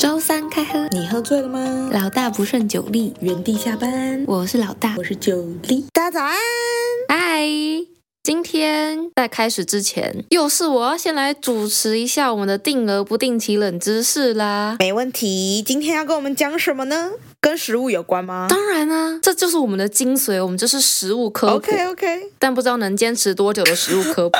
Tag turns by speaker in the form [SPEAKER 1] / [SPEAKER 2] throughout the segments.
[SPEAKER 1] 周三开喝，
[SPEAKER 2] 你喝醉了吗？
[SPEAKER 1] 老大不顺酒力，
[SPEAKER 2] 原地下班，
[SPEAKER 1] 我是老大
[SPEAKER 2] 我，是九力。大家早安，
[SPEAKER 1] 嗨！今天在开始之前，又是我要先来主持一下我们的定额不定期冷知识啦。
[SPEAKER 2] 没问题。今天要跟我们讲什么呢？跟食物有关吗
[SPEAKER 1] 当然啊，这就是我们的精髓，我们就是食物科普。
[SPEAKER 2] ？OK OK，
[SPEAKER 1] 但不知道能坚持多久的食物科普。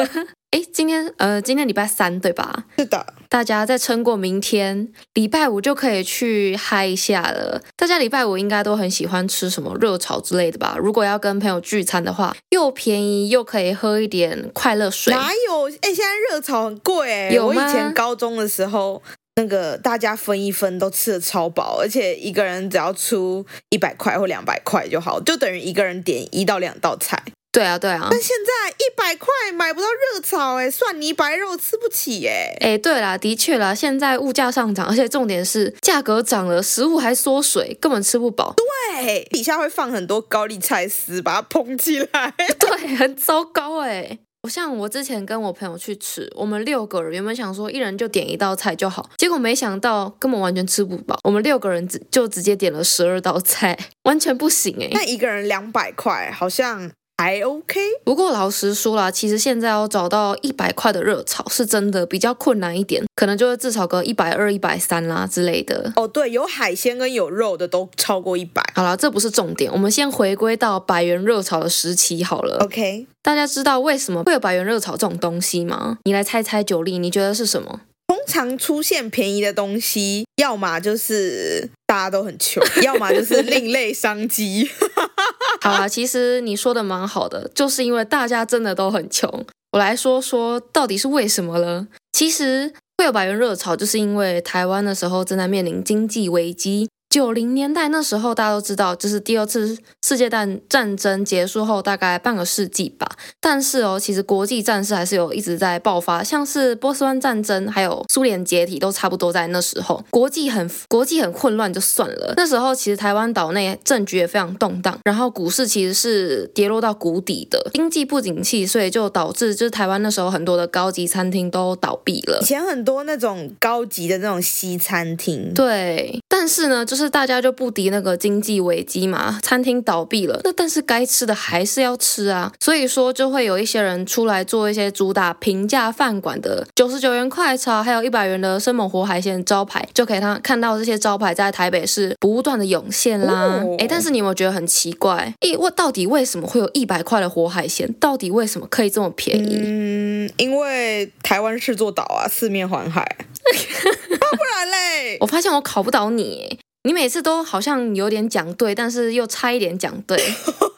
[SPEAKER 1] 哎，今天呃，今天礼拜三对吧？
[SPEAKER 2] 是的，
[SPEAKER 1] 大家再撑过明天，礼拜五就可以去嗨一下了。大家礼拜五应该都很喜欢吃什么热炒之类的吧？如果要跟朋友聚餐的话，又便宜又可以喝一点快乐水。
[SPEAKER 2] 哪有？哎、现在热炒很贵哎、
[SPEAKER 1] 有
[SPEAKER 2] 我以
[SPEAKER 1] 吗
[SPEAKER 2] 前高中的时候，那个大家分一分都吃的超饱，而且一个人只要出一百块或两百块就好，就等于一个人点一到两道菜。
[SPEAKER 1] 对啊，对啊。
[SPEAKER 2] 但现在一百块买不到热炒哎、蒜泥白肉吃不起哎、
[SPEAKER 1] 哎，对啦，的确啦，现在物价上涨，而且重点是价格涨了，食物还缩水，根本吃不饱。
[SPEAKER 2] 对，哎底下会放很多高丽菜丝，把它捧起 来。
[SPEAKER 1] 对，很糟糕哎。我像我之前跟我朋友去吃，我们六个人原本想说一人就点一道菜就好，结果没想到根本完全吃不饱。我们六个人只就直接点了十二道菜，完全不行哎。
[SPEAKER 2] 那一个人两百块，好像还 OK。
[SPEAKER 1] 不过老实说啦，其实现在要找到一百块的热炒是真的比较困难一点，可能就会至少个一百二、一百三啦之类的。
[SPEAKER 2] 哦，对，有海鲜跟有肉的都超过一百。
[SPEAKER 1] 好啦，这不是重点，我们先回归到百元热炒的时期好了。
[SPEAKER 2] OK，
[SPEAKER 1] 大家知道为什么会有百元热炒这种东西吗？你来猜猜，九力，你觉得是什么？
[SPEAKER 2] 通常出现便宜的东西，要么就是大家都很 穷，要么就是另类商机。
[SPEAKER 1] 好啊，其实你说的蛮好的，就是因为大家真的都很穷。我来说说到底是为什么了。其实会有百元热潮，就是因为台湾的时候正在面临经济危机。九零年代那时候，大家都知道，就是第二次世界大战争结束后大概半个世纪吧。但是哦，其实国际战事还是有一直在爆发，像是波斯湾战争，还有苏联解体，都差不多在那时候。国际很国际很混乱就算了，那时候其实台湾岛内政局也非常动荡，然后股市其实是跌落到谷底的，经济不景气，所以就导致就是台湾那时候很多的高级餐厅都倒闭了
[SPEAKER 2] 以。前很多那种高级的那种西餐厅，
[SPEAKER 1] 对，但是呢，就是大家就不敌那个经济危机嘛，餐厅倒闭了，那但是该吃的还是要吃啊，所以说就会有一些人出来做一些主打平价饭馆的九十九元快炒，还有一百元的生猛活海鲜招牌，就可以看看到这些招牌在台北市不断的涌现啦
[SPEAKER 2] 哦。
[SPEAKER 1] 哎、但是你有没有觉得很奇怪？咦，我到底为什么会有一百块的活海鲜？到底为什么可以这么便宜？
[SPEAKER 2] 嗯，因为台湾是座岛啊，四面环 海，啊不然嘞，
[SPEAKER 1] 我发现我考不倒你耶，你每次都好像有点讲对，但是又差一点讲 对，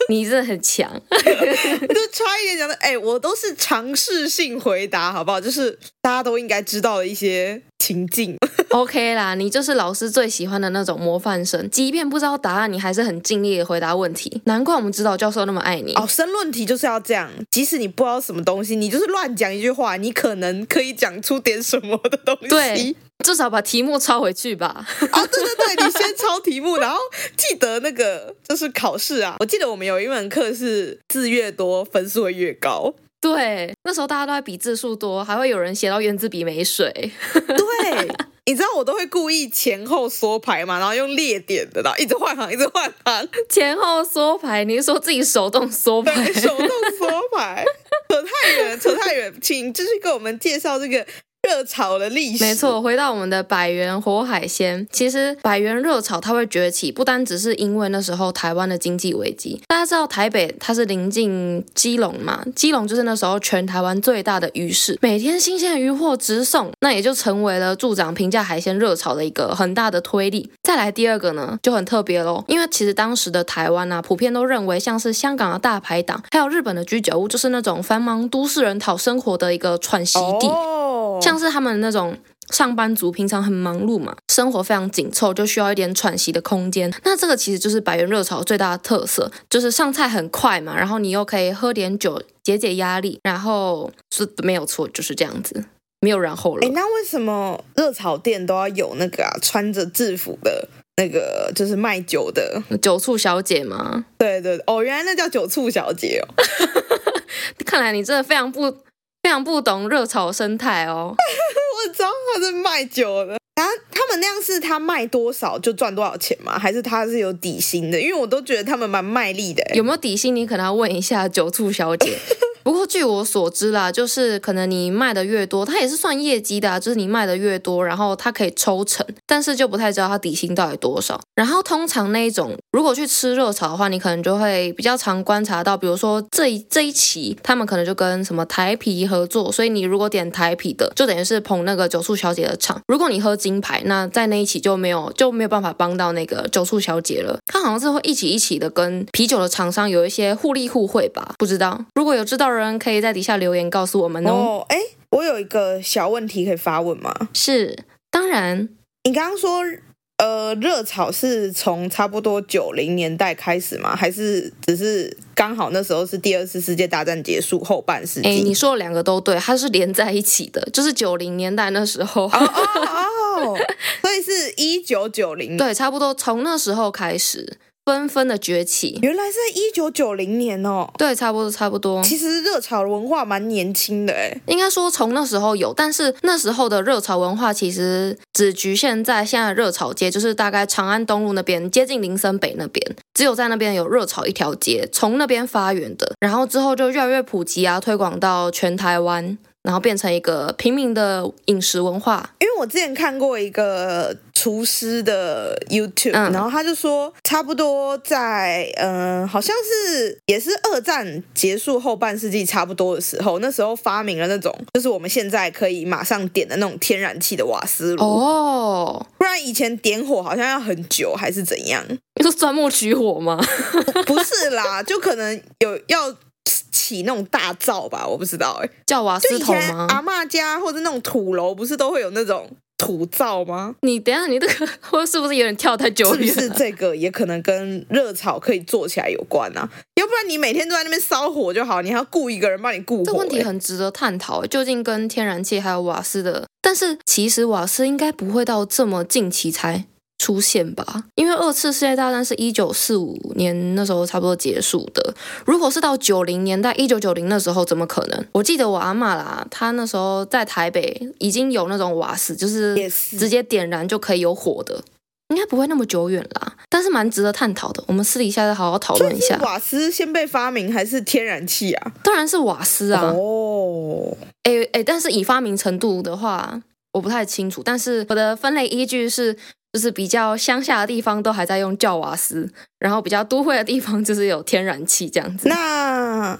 [SPEAKER 1] 你真的很强。
[SPEAKER 2] 就差一点讲的，哎、我都是尝试性回答，好不好？就是大家都应该知道的一些情境。
[SPEAKER 1] OK 啦，你就是老师最喜欢的那种模范生，即便不知道答案，你还是很尽力的回答问题。难怪我们指导教授那么爱你。
[SPEAKER 2] 哦，申论题就是要这样，即使你不知道什么东西，你就是乱讲一句话，你可能可以讲出点什么的东西。
[SPEAKER 1] 对，至少把题目抄回去吧。
[SPEAKER 2] 哦，对对对，你先抄题目，然后记得那个就是考试啊。我记得我们有一门课是字越多分数会越高。
[SPEAKER 1] 对，那时候大家都在比字数多，还会有人写到原子笔没水。
[SPEAKER 2] 对，你知道我都会故意前后缩排嘛，然后用列点的，然后一直换行，一直换行，
[SPEAKER 1] 前后缩排，你是说自己手动缩排？
[SPEAKER 2] 对，手动缩排，扯太远，扯太远，请继续给我们介绍这个热潮的历史。
[SPEAKER 1] 没，错，回到我们的百元活海鲜，其实百元热炒它会崛起，不单只是因为那时候台湾的经济危机。大家知道台北它是临近基隆嘛，基隆就是那时候全台湾最大的鱼市，每天新鲜的鱼货直送，那也就成为了助长平价海鲜热潮的一个很大的推力。再来第二个呢，就很特别喽，因为其实当时的台湾啊，普遍都认为像是香港的大排档，还有日本的居酒屋，就是那种繁忙都市人讨生活的一个喘息地。
[SPEAKER 2] 哦，
[SPEAKER 1] 像是他们那种上班族，平常很忙碌嘛，生活非常紧凑，就需要一点喘息的空间。那这个其实就是百元热潮最大的特色，就是上菜很快嘛，然后你又可以喝点酒解解压力，然后是没有错，就是这样子，没有然后了
[SPEAKER 2] 哎，。那为什么热炒店都要有那个啊，穿着制服的那个就是卖酒的？
[SPEAKER 1] 酒醋小姐嘛，
[SPEAKER 2] 对对，对哦，原来那叫酒醋小姐哦。
[SPEAKER 1] 看来你真的非常不非常不懂热潮生态哦。
[SPEAKER 2] 我二招，他是卖酒的。然后他们那样是他卖多少就赚多少钱吗？还是他是有底薪的？因为我都觉得他们蛮卖力的、欸。
[SPEAKER 1] 有没有底薪？你可能要问一下酒醋小姐。不过据我所知啦，就是可能你卖的越多，它也是算业绩的、啊，就是你卖的越多，然后它可以抽成，但是就不太知道它底薪到底多少。然后通常那一种，如果去吃热炒的话，你可能就会比较常观察到，比如说这一这一期他们可能就跟什么呃台啤合作，所以你如果点台啤的，就等于是捧那个酒醋小姐的场；如果你喝金牌，那在那一期就没有就没有办法帮到那个酒醋小姐了。它好像是会一起一起的跟啤酒的厂商有一些互利互惠吧，不知道如果有知道。人可以在底下留言告诉我们哦。
[SPEAKER 2] 哦，哎，我有一个小问题可以发问吗？
[SPEAKER 1] 是，当然。
[SPEAKER 2] 你刚刚说，呃，热炒是从差不多九零年代开始吗？还是只是刚好那时候是第二次世界大战结束后半世纪？
[SPEAKER 1] 哎，你说两个都对，它是连在一起的，就是九零年代那时候。
[SPEAKER 2] 哦哦 哦，所以是一九九 零，
[SPEAKER 1] 对，差不多从那时候开始。纷纷的崛起，
[SPEAKER 2] 原来是一九九零年哦。
[SPEAKER 1] 对，差不多，差不多。
[SPEAKER 2] 其实热潮文化蛮年轻的哎，
[SPEAKER 1] 应该说从那时候有，但是那时候的热潮文化其实只局限在现在热潮街，就是大概长安东路那边，接近林森北那边，只有在那边有热潮一条街，从那边发源的。然后之后就越来越普及啊，推广到全台湾，然后变成一个平民的饮食文化。
[SPEAKER 2] 因为我之前看过一个。厨师的 YouTube，、
[SPEAKER 1] 嗯
[SPEAKER 2] 然后他就说，差不多在嗯、呃好像是也是二战结束后半世纪差不多的时候，那时候发明了那种就是我们现在可以马上点的那种天然气的瓦斯 炉，
[SPEAKER 1] 哦，
[SPEAKER 2] 不然以前点火好像要很久还是怎样？
[SPEAKER 1] 你说钻木取火吗？
[SPEAKER 2] 不是啦，就可能有要。起那种大灶吧，我不知道哎、
[SPEAKER 1] 叫瓦
[SPEAKER 2] 就
[SPEAKER 1] 斯
[SPEAKER 2] 以
[SPEAKER 1] 头
[SPEAKER 2] 前啊阿
[SPEAKER 1] 吗？
[SPEAKER 2] 嬷家或者那种土楼，不是都会有那种土灶吗？
[SPEAKER 1] 你等一下，你这个 我是不是有点跳太久
[SPEAKER 2] 是不
[SPEAKER 1] 远？
[SPEAKER 2] 是这个也可能跟热炒可以做起来有关啊？要不然你每天都在那边烧火就好，你还要雇一个人帮你雇火、
[SPEAKER 1] 这问题
[SPEAKER 2] 欸
[SPEAKER 1] 很值得探讨，究竟跟天然气还有瓦斯的，但是其实瓦斯应该不会到这么近期才出现吧？因为二次世界大战是一九四五年那时候差不多结束的，如果是到九零年代一九九零那时候，怎么可能？我记得我阿嬷啦，她那时候在台北已经有那种瓦斯，就是
[SPEAKER 2] 也是
[SPEAKER 1] 直接点燃就可以有火的。应该不会那么久远啦，但是蛮值得探讨的。我们私底下再好好讨论一
[SPEAKER 2] 是
[SPEAKER 1] 下。
[SPEAKER 2] 瓦斯先被发明还是天然气啊？
[SPEAKER 1] 当然是瓦斯啊，
[SPEAKER 2] 哦，
[SPEAKER 1] 诶诶，但是以发明程度的话，我不太清楚。但是我的分类依据是，就是比较乡下的地方都还在用叫瓦斯，然后比较都会的地方就是有天然气这样子。
[SPEAKER 2] 那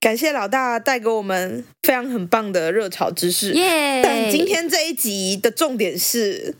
[SPEAKER 2] 感谢老大带给我们非常很棒的热炒知识。
[SPEAKER 1] 耶！
[SPEAKER 2] 但今天这一集的重点是，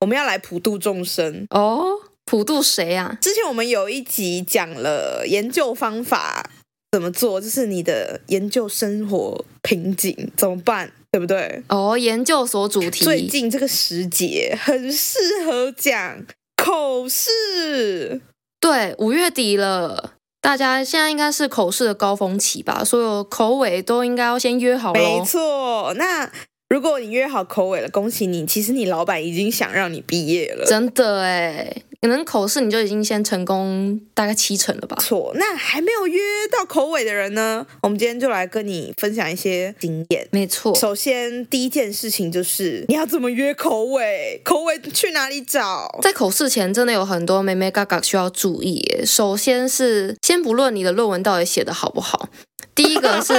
[SPEAKER 2] 我们要来普度众生。
[SPEAKER 1] 哦，普渡谁啊？
[SPEAKER 2] 之前我们有一集讲了研究方法怎么做，就是你的研究生活瓶颈怎么办，对不对？
[SPEAKER 1] 哦，研究所主
[SPEAKER 2] 最
[SPEAKER 1] 题。
[SPEAKER 2] 近这个时节很适合讲口试，
[SPEAKER 1] 对，五月底了，大家现在应该是口试的高峰期吧？所有口尾都应该要先约好
[SPEAKER 2] 没
[SPEAKER 1] 喽。
[SPEAKER 2] 错。那如果你约好口尾了，恭喜你，其实你老板已经想让你毕业了。
[SPEAKER 1] 真的诶，可能口试你就已经先成功大概七成了吧
[SPEAKER 2] 没？错，那还没有约到口尾的人呢，我们今天就来跟你分享一些经验。
[SPEAKER 1] 没错。
[SPEAKER 2] 首先，第一件事情就是你要怎么约口尾，口尾去哪里找？
[SPEAKER 1] 在口试前，真的有很多妹妹嘎嘎需要注意耶。首先是，先不论你的论文到底写的好不好，第一个是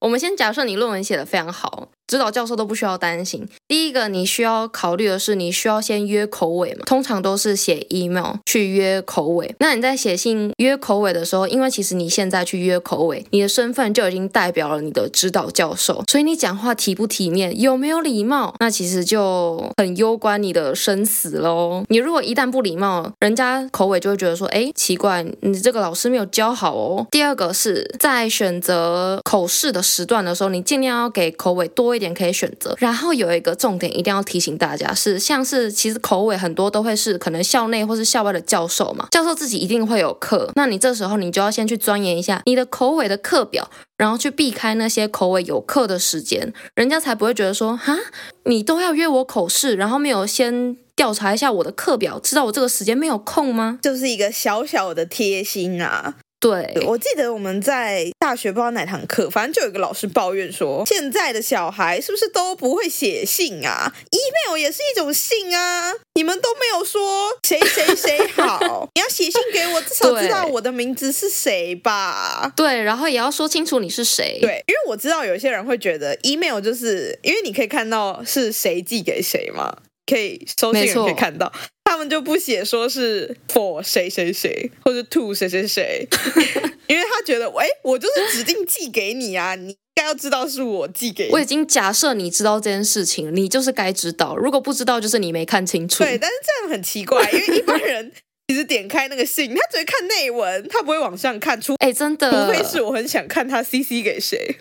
[SPEAKER 1] 我们先假设你论文写的非常好，指导教授都不需要担心。第一个你需要考虑的是，你需要先约口尾嘛，通常都是写 email 去约口尾。那你在写信约口尾的时候，因为其实你现在去约口尾，你的身份就已经代表了你的指导教授，所以你讲话体不体面，有没有礼貌，那其实就很攸关你的生死喽。你如果一旦不礼貌，人家口尾就会觉得说，哎，奇怪，你这个老师没有教好哦。第二个是在选择口试的时段的时候，你尽量要给口尾多一点可以选择。然后有一个重点一定要提醒大家是，像是其实口尾很多都会是可能校内或是校外的教授嘛，教授自己一定会有课，那你这时候你就要先去钻研一下你的口尾的课表，然后去避开那些口尾有课的时间，人家才不会觉得说哈，你都要约我口试，然后没有先调查一下我的课表，知道我这个时间没有空吗？
[SPEAKER 2] 就是一个小小的贴心啊。
[SPEAKER 1] 对，
[SPEAKER 2] 我记得我们在大学不知道哪堂课，反正就有一个老师抱怨说，现在的小孩是不是都不会写信啊？email 也是一种信啊，你们都没有说谁谁谁 好，你要写信给我，至少知道
[SPEAKER 1] 对
[SPEAKER 2] 我的名字是谁吧。
[SPEAKER 1] 对，然后也要说清楚你是谁。
[SPEAKER 2] 对，因为我知道有些人会觉得 email 就是因为你可以看到是谁寄给谁嘛，可以收信
[SPEAKER 1] 没
[SPEAKER 2] 人
[SPEAKER 1] 错
[SPEAKER 2] 可以看到，他们就不写说是 for 谁谁谁或者 to 谁谁谁， 因为他觉得哎、我就是指定寄给你啊，你应该要知道是我寄给
[SPEAKER 1] 我
[SPEAKER 2] 你
[SPEAKER 1] 已。经假设你知道这件事情，你就是该知道。如果不知道，就是你没看清楚。
[SPEAKER 2] 对，但是这样很奇怪，因为一般人其实点开那个信，他只会看内文，他不会往上看出。
[SPEAKER 1] 哎、真的，
[SPEAKER 2] 除非是我很想看他 CC 给谁，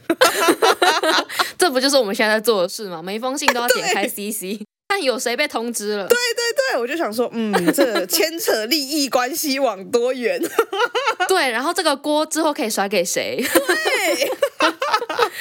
[SPEAKER 1] 这不就是我们现在在做的事吗？每一封信都要点开
[SPEAKER 2] 对
[SPEAKER 1] CC，看有谁被通知了。对，
[SPEAKER 2] 对，我就想说，嗯，这牵扯利益关系往多远？
[SPEAKER 1] 然后这个锅之后可以甩给谁？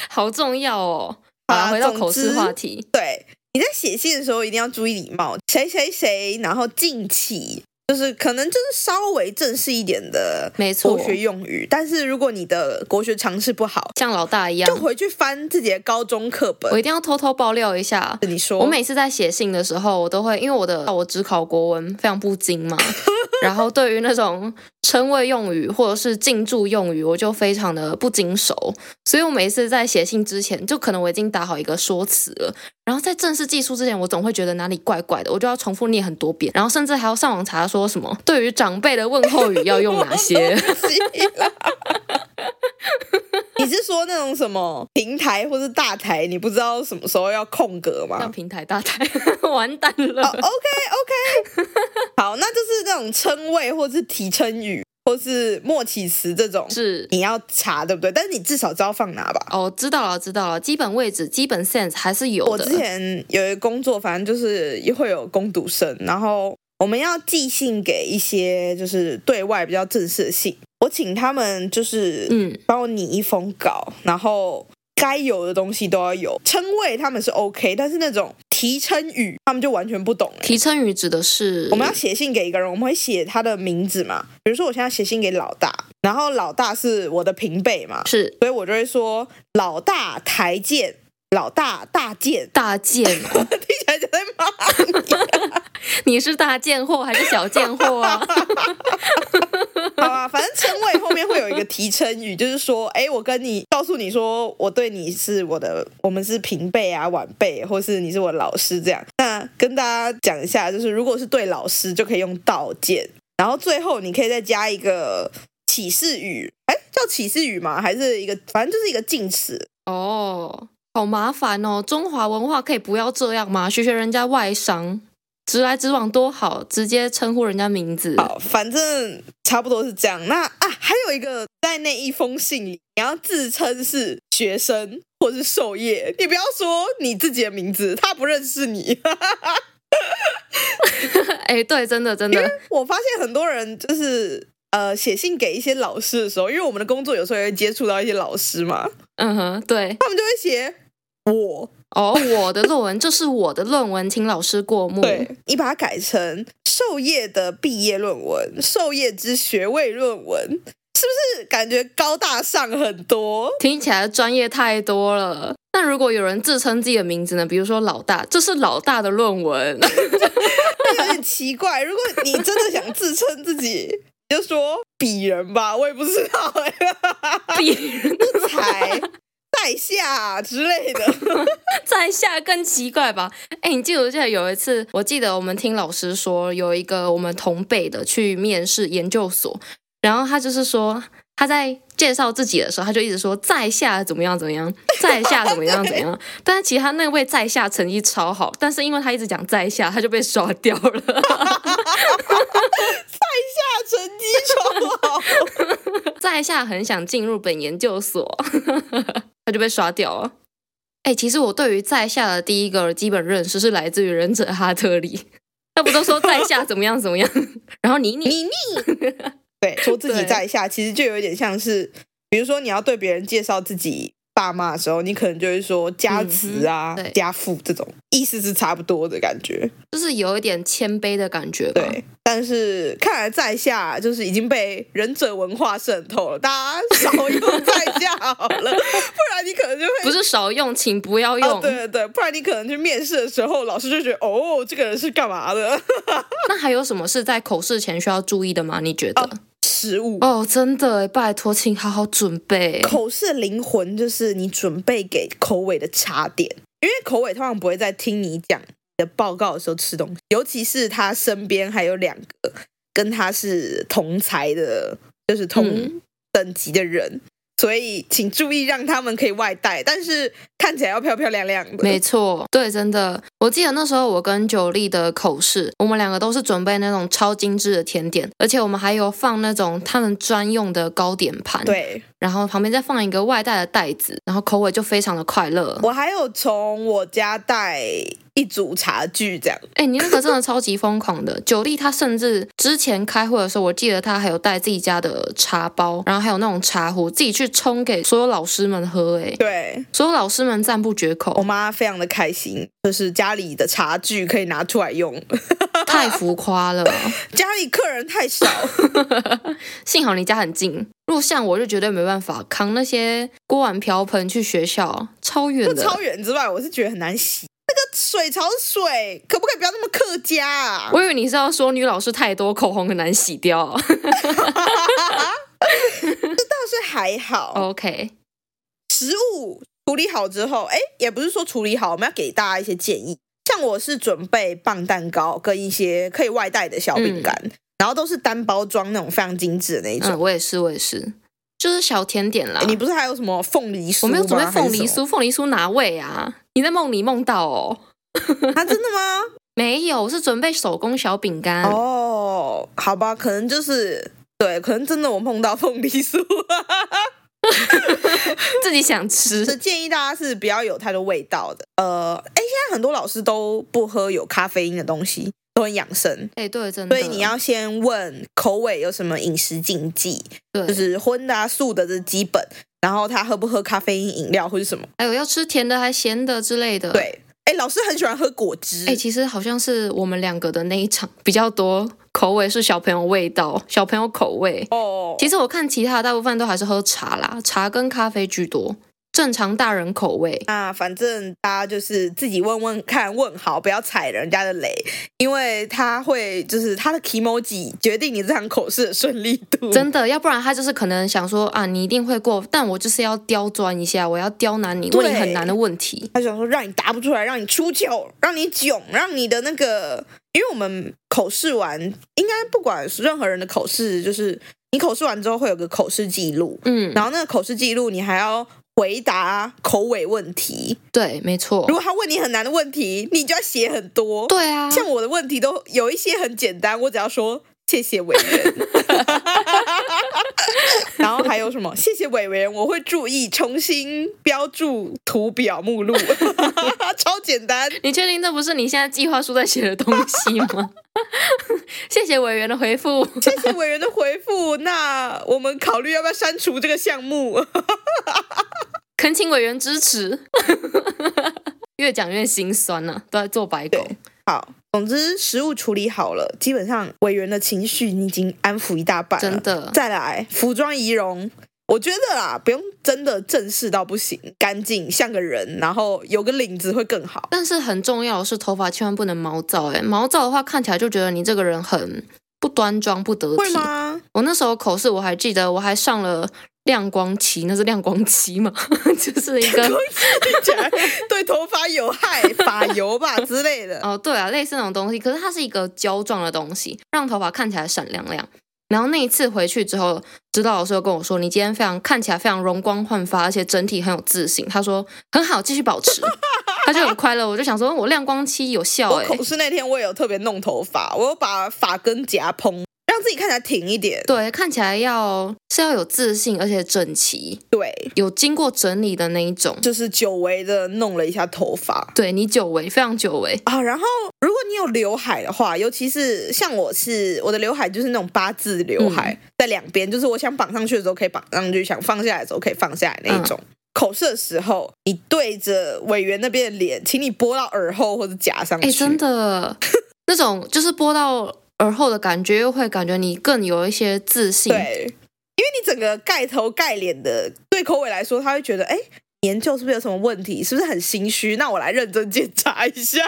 [SPEAKER 1] 好重要哦。好啦，
[SPEAKER 2] 啊
[SPEAKER 1] 回到
[SPEAKER 2] 总
[SPEAKER 1] 口试
[SPEAKER 2] 之
[SPEAKER 1] 话题，
[SPEAKER 2] 对，你在写信的时候一定要注意礼貌，谁谁谁，然后敬起，就是可能就是稍微正式一点的
[SPEAKER 1] 没错
[SPEAKER 2] 国学用语。但是如果你的国学常识不好，
[SPEAKER 1] 像老大一样
[SPEAKER 2] 就，回去翻自己的高中课
[SPEAKER 1] 我
[SPEAKER 2] 本。
[SPEAKER 1] 一定要偷偷爆料一下。
[SPEAKER 2] 你说，
[SPEAKER 1] 我每次在写信的时候，我都会因为我的我只考国文，非常不精 嘛。然后对于那种称谓用语或者是敬注用语，我就非常的不精熟，所以我每一次在写信之前，就可能我已经打好一个说辞了，然后在正式寄出之前，我总会觉得哪里怪怪的，我就要重复念很多遍，然后甚至还要上网查说什么对于长辈的问候语要用哪 些。
[SPEAKER 2] 你是说那种什么平台或是大台，你不知道什么时候要空格
[SPEAKER 1] 像
[SPEAKER 2] 吗？
[SPEAKER 1] 平台大台完蛋了
[SPEAKER 2] 哦、o k OK，好，那就是那种称谓或是提称语或是末起词这种，
[SPEAKER 1] 是
[SPEAKER 2] 你要查对不对？但是你至少知道放哪吧？
[SPEAKER 1] 哦，知道了知道了，基本位置、基本 sense 还是有
[SPEAKER 2] 我
[SPEAKER 1] 的。
[SPEAKER 2] 之前有一个工作，反正就是会有攻读生，然后我们要寄信给一些就是对外比较正式的信，我请他们就是
[SPEAKER 1] 嗯
[SPEAKER 2] 帮我拟一封稿，然后该有的东西都要有，称谓他们是 OK，但是那种提称语他们就完全不懂、欸。
[SPEAKER 1] 提称语指的是
[SPEAKER 2] 我们要写信给一个人，我们会写他的名字嘛？比如说我现在写信给老大，然后老大是我的平辈嘛，
[SPEAKER 1] 是
[SPEAKER 2] 所以我就会说老大台见，老大大见。
[SPEAKER 1] 大件哦，
[SPEAKER 2] 听起来就在骂你。
[SPEAKER 1] 你是大贱货还是小贱货啊？
[SPEAKER 2] 好啊，反正称谓后面会有一个提称语，就是说，哎，我跟你告诉你说，我对你是我的，我们是平辈啊、晚辈，或是你是我老师这样。那跟大家讲一下，就是如果是对老师，就可以用道见，然后最后你可以再加一个启示语，哎，叫启示语吗？还是一个，反正就是一个敬词。
[SPEAKER 1] 哦，好麻烦哦！中华文化可以不要这样吗？学学人家外商，直来直往多好，直接称呼人家名字。
[SPEAKER 2] 好，反正差不多是这样。那啊，还有一个在那一封信里，你要自称是学生或是授业，你不要说你自己的名字，他不认识你。
[SPEAKER 1] 哎，对，真的真的，
[SPEAKER 2] 我发现很多人就是呃，写信给一些老师的时候，因为我们的工作有时候也会接触到一些老师嘛，
[SPEAKER 1] 嗯哼，对。
[SPEAKER 2] 他们就会写我。
[SPEAKER 1] 哦，我的论文就是我的论文，请老师过目。
[SPEAKER 2] 对你把它改成授业的毕业论文、授业之学位论文，是不是感觉高大上很多？
[SPEAKER 1] 听起来专业太多了。那如果有人自称自己的名字呢？比如说老大，这是老大的论文。
[SPEAKER 2] 有点奇怪。如果你真的想自称自己，你就说鄙人吧，我也不知道哎、 才在下之类的。
[SPEAKER 1] 在下更奇怪吧？哎，你记不记得有一次？我记得我们听老师说，有一个我们同辈的去面试研究所，然后他就是说他在介绍自己的时候，他就一直说在下怎么样怎么样，在下怎么样怎么样。但是其实他那位在下成绩超好，但是因为他一直讲在下，他就被刷掉了。
[SPEAKER 2] 大成绩超好，
[SPEAKER 1] 在下很想进入本研究所， 他就被刷掉了。哎、其实我对于在下的第一个基本认识是来自于忍者哈特利， 他不都说在下怎么样怎么样， 然后你你
[SPEAKER 2] 你你对说自己在下，其实就有点像是，比如说你要对别人介绍自己爸妈的时候，你可能就会说家子啊、
[SPEAKER 1] 嗯对
[SPEAKER 2] 家父这种，意思是差不多的感觉。
[SPEAKER 1] 就是有一点谦卑的感觉吧。
[SPEAKER 2] 对，但是看来在下就是已经被忍者文化渗透了，大家少用在下 好了，不然你可能就会
[SPEAKER 1] 不是少用，请不要用。
[SPEAKER 2] 哦，对对对，不然你可能去面试的时候，老师就觉得哦，这个人是干嘛的？
[SPEAKER 1] 那还有什么是在口试前需要注意的吗？你觉得？
[SPEAKER 2] 食物。
[SPEAKER 1] 哦，真的耶，拜托，请好好准备。
[SPEAKER 2] 口试的灵魂就是你准备给口尾的茶点，因为口尾通常不会在听你讲你的报告的时候吃东西，尤其是他身边还有两个跟他是同才的，就是同
[SPEAKER 1] 嗯
[SPEAKER 2] 等级的人，所以请注意让他们可以外带，但是看起来要漂漂亮亮的。
[SPEAKER 1] 没错，对，真的，我记得那时候我跟九力的口试，我们两个都是准备那种超精致的甜点，而且我们还有放那种他们专用的糕点盘，，
[SPEAKER 2] 对
[SPEAKER 1] 然后旁边再放一个外带的袋子，然后口味就非常的快 乐。
[SPEAKER 2] 我还有从我家带一组茶具这样。
[SPEAKER 1] 哎，你那个真的超级疯狂的，九力他甚至之前开会的时候，我记得他还有带自己家的茶包，然后还有那种茶壶，自己去冲给所有老师们喝，哎，
[SPEAKER 2] 对
[SPEAKER 1] 所有老师们赞不绝口
[SPEAKER 2] 我。妈非常的开心，就是家里的茶具可以拿出来用。
[SPEAKER 1] 太浮夸了。
[SPEAKER 2] 家里客人 太少，
[SPEAKER 1] 幸好你家很近，如果像我就绝对没办法扛那些锅碗瓢盆去学校，超远
[SPEAKER 2] 就
[SPEAKER 1] 的。
[SPEAKER 2] 超远之外，我是觉得很难洗。那个水槽水可不可以不要那么客家啊？
[SPEAKER 1] 我以为你是要说女老师太多，口红很难洗掉。
[SPEAKER 2] 倒是还好，
[SPEAKER 1] 哦 OK，
[SPEAKER 2] 食物处理好之后，哎，也不是说处理好，我们要给大家一些建议。像我是准备棒蛋糕跟一些可以外带的小饼干，然后都是单包装那种非常精致的那一种。
[SPEAKER 1] 嗯，我也是，我也是，就是小甜点啦
[SPEAKER 2] 哎诶。你不是还有什么凤梨酥
[SPEAKER 1] 我
[SPEAKER 2] 吗？
[SPEAKER 1] 没有准备凤
[SPEAKER 2] 还
[SPEAKER 1] 梨
[SPEAKER 2] 是什
[SPEAKER 1] 酥，凤梨酥哪位啊？你在梦里梦到哦？
[SPEAKER 2] 么啊？真的吗？
[SPEAKER 1] 没有，我是准备手工小饼干。
[SPEAKER 2] 哦，好吧，可能就是对，可能真的我梦到凤梨酥。啊
[SPEAKER 1] 自己想吃
[SPEAKER 2] 是建议大家是不要有太多味道的。呃，哎，现在很多老师都不喝有咖啡因的东西，都很养生，
[SPEAKER 1] 哎、对，真的。
[SPEAKER 2] 所以你要先问口味有什么饮食禁忌，就
[SPEAKER 1] 对，
[SPEAKER 2] 是荤的、啊、素的这是基本，然后他喝不喝咖啡因饮料或是什么？
[SPEAKER 1] 还有要吃甜的还咸的之类的。
[SPEAKER 2] 对，哎，老师很喜欢喝果汁，
[SPEAKER 1] 哎、其实好像是我们两个的那一场比较多口味是小朋友味道，小朋友口味。
[SPEAKER 2] 哦，
[SPEAKER 1] 其实我看其他的大部分都还是喝茶啦，茶跟咖啡居多，正常大人口味。
[SPEAKER 2] 那反正大家就是自己问问看，问好，不要踩人家的雷，因为他会就是他的 emoji 决定你这场口试的顺利度。
[SPEAKER 1] 真的，要不然他就是可能想说啊，你一定会过，但我就是要刁钻一下，我要刁难你，
[SPEAKER 2] 对
[SPEAKER 1] 问你很难的问题。
[SPEAKER 2] 他想说让你答不出来，让你出糗，让你囧，让你的那个，因为我们口试完，应该不管是任何人的口试，就是你口试完之后会有个口试记录，
[SPEAKER 1] 嗯，
[SPEAKER 2] 然后那个口试记录你还要回答口尾问题。
[SPEAKER 1] 对，没错
[SPEAKER 2] 如，果他问你很难的问题，你就要写很多。，
[SPEAKER 1] 对啊，
[SPEAKER 2] 像我的问题都有一些很简单，我只要说谢谢委 员。然后还有什么？谢谢委员，我会注意重新标注图表目 录，超简 单。
[SPEAKER 1] 你确定那不是你现在计划书在写的东西吗？ 谢谢委员的回复。
[SPEAKER 2] 谢谢委员的回复。那我们考虑要不要删除这个项目？
[SPEAKER 1] 恳请委员支 持。越讲越心酸呐、都在做白狗。
[SPEAKER 2] 对好， 总之食物处理好了，基本上委员的情绪你已经安抚一大半了。
[SPEAKER 1] 真的
[SPEAKER 2] 再来服装仪容，我觉得啦，不用真的正式到不行，干净像个人，然后有个领子会更好。
[SPEAKER 1] 但是很重要的是，头发千万不能毛躁、欸。哎，毛躁的话，看起来就觉得你这个人很不端庄、不得
[SPEAKER 2] 会
[SPEAKER 1] 体。
[SPEAKER 2] 吗？
[SPEAKER 1] 我那时候口试，我还记得，我还上了亮光漆，那是亮光漆嘛， 就是 一个
[SPEAKER 2] 听起来对头发有害，发油吧之类 的。
[SPEAKER 1] 哦，对啊，类似那种东西，可是它是一个胶状的东西，让头发看起来闪亮亮。然后那一次回去之后，指导老师又跟我说：“你今天非常看起来非常容光焕发，而且整体很有自信。”他说：“很好，继续保持。” 他就很快乐。我就想说，我亮光期有效
[SPEAKER 2] 我
[SPEAKER 1] 哎、
[SPEAKER 2] 口试那天我也有特别弄头发，我有把发根夹蓬，让自己看起来挺一点。
[SPEAKER 1] 对，看起来要是要有自信，而且整齐，
[SPEAKER 2] 对，
[SPEAKER 1] 有经过整理的那一种。
[SPEAKER 2] 就是久违的弄了一下头发。
[SPEAKER 1] 对你久违，非常久违。
[SPEAKER 2] 啊，然后如果你有刘海的话，尤其是像我是我的刘海就是那种八
[SPEAKER 1] 嗯嗯
[SPEAKER 2] 字刘海，在两边，就是我想绑上去的时候可以绑上去，想放下来的时候可以放下来那一种。口试的时候，你对着委员那边的脸，请你拨到耳后或者夹上去。
[SPEAKER 1] 哎，真 的，那种就是播到耳后的感觉，又会感觉你更有一些自信。
[SPEAKER 2] 对，因为你整个盖头盖脸的，对口尾来说，他会觉得，哎，研究是不是有什么问题？是不是很心虚？那我来认真检查一下，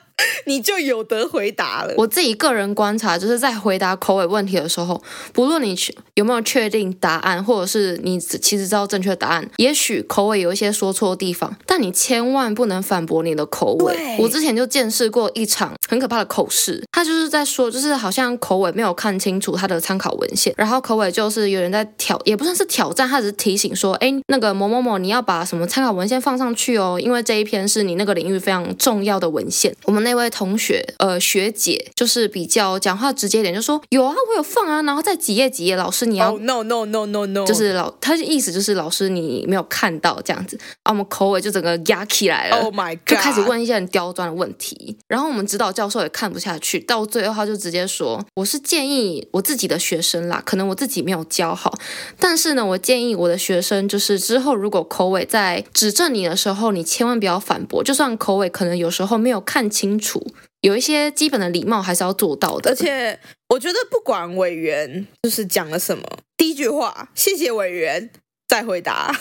[SPEAKER 2] 你就有得回答了。
[SPEAKER 1] 我自己个人观察，就是在回答口尾问题的时候，不论你确有没有确定答案，或者是你只其实知道正确答案，也许口尾有一些说错的地方，但你千万不能反驳你的口
[SPEAKER 2] 对
[SPEAKER 1] 尾。我之前就见识过一场很可怕的口试，他就是在说，就是好像口尾没有看清楚他的参考文献，然后口尾就是有人在挑，也不算是挑战，他只是提醒说，哎，那个某某某，你要把什么参考文献放上去哦，因为这一篇是你那个领域非常重要的文献。我们那位同学，呃，学姐就是比较讲话直接一点，就说有啊，我有放啊，然后在几页几页，老师你要。
[SPEAKER 2] 哦、no no no no no，
[SPEAKER 1] 就是老，他的意思就是老师你没有看到这样子，啊，我们口尾就整个压起来了。
[SPEAKER 2] Oh my God，
[SPEAKER 1] 就开始问一些很刁钻的问题，然后我们指导教授也看不下去，到最后他就直接说：“我是建议我自己的学生啦，可能我自己没有教好，但是呢，我建议我的学生就是之后如果口尾在指正你的时候，你千万不要反驳，就算口尾可能有时候没有看清楚，有一些基本的礼貌还是要做到的。
[SPEAKER 2] 而且我觉得不管委员就是讲了什么，第一句话谢谢委员，再回答，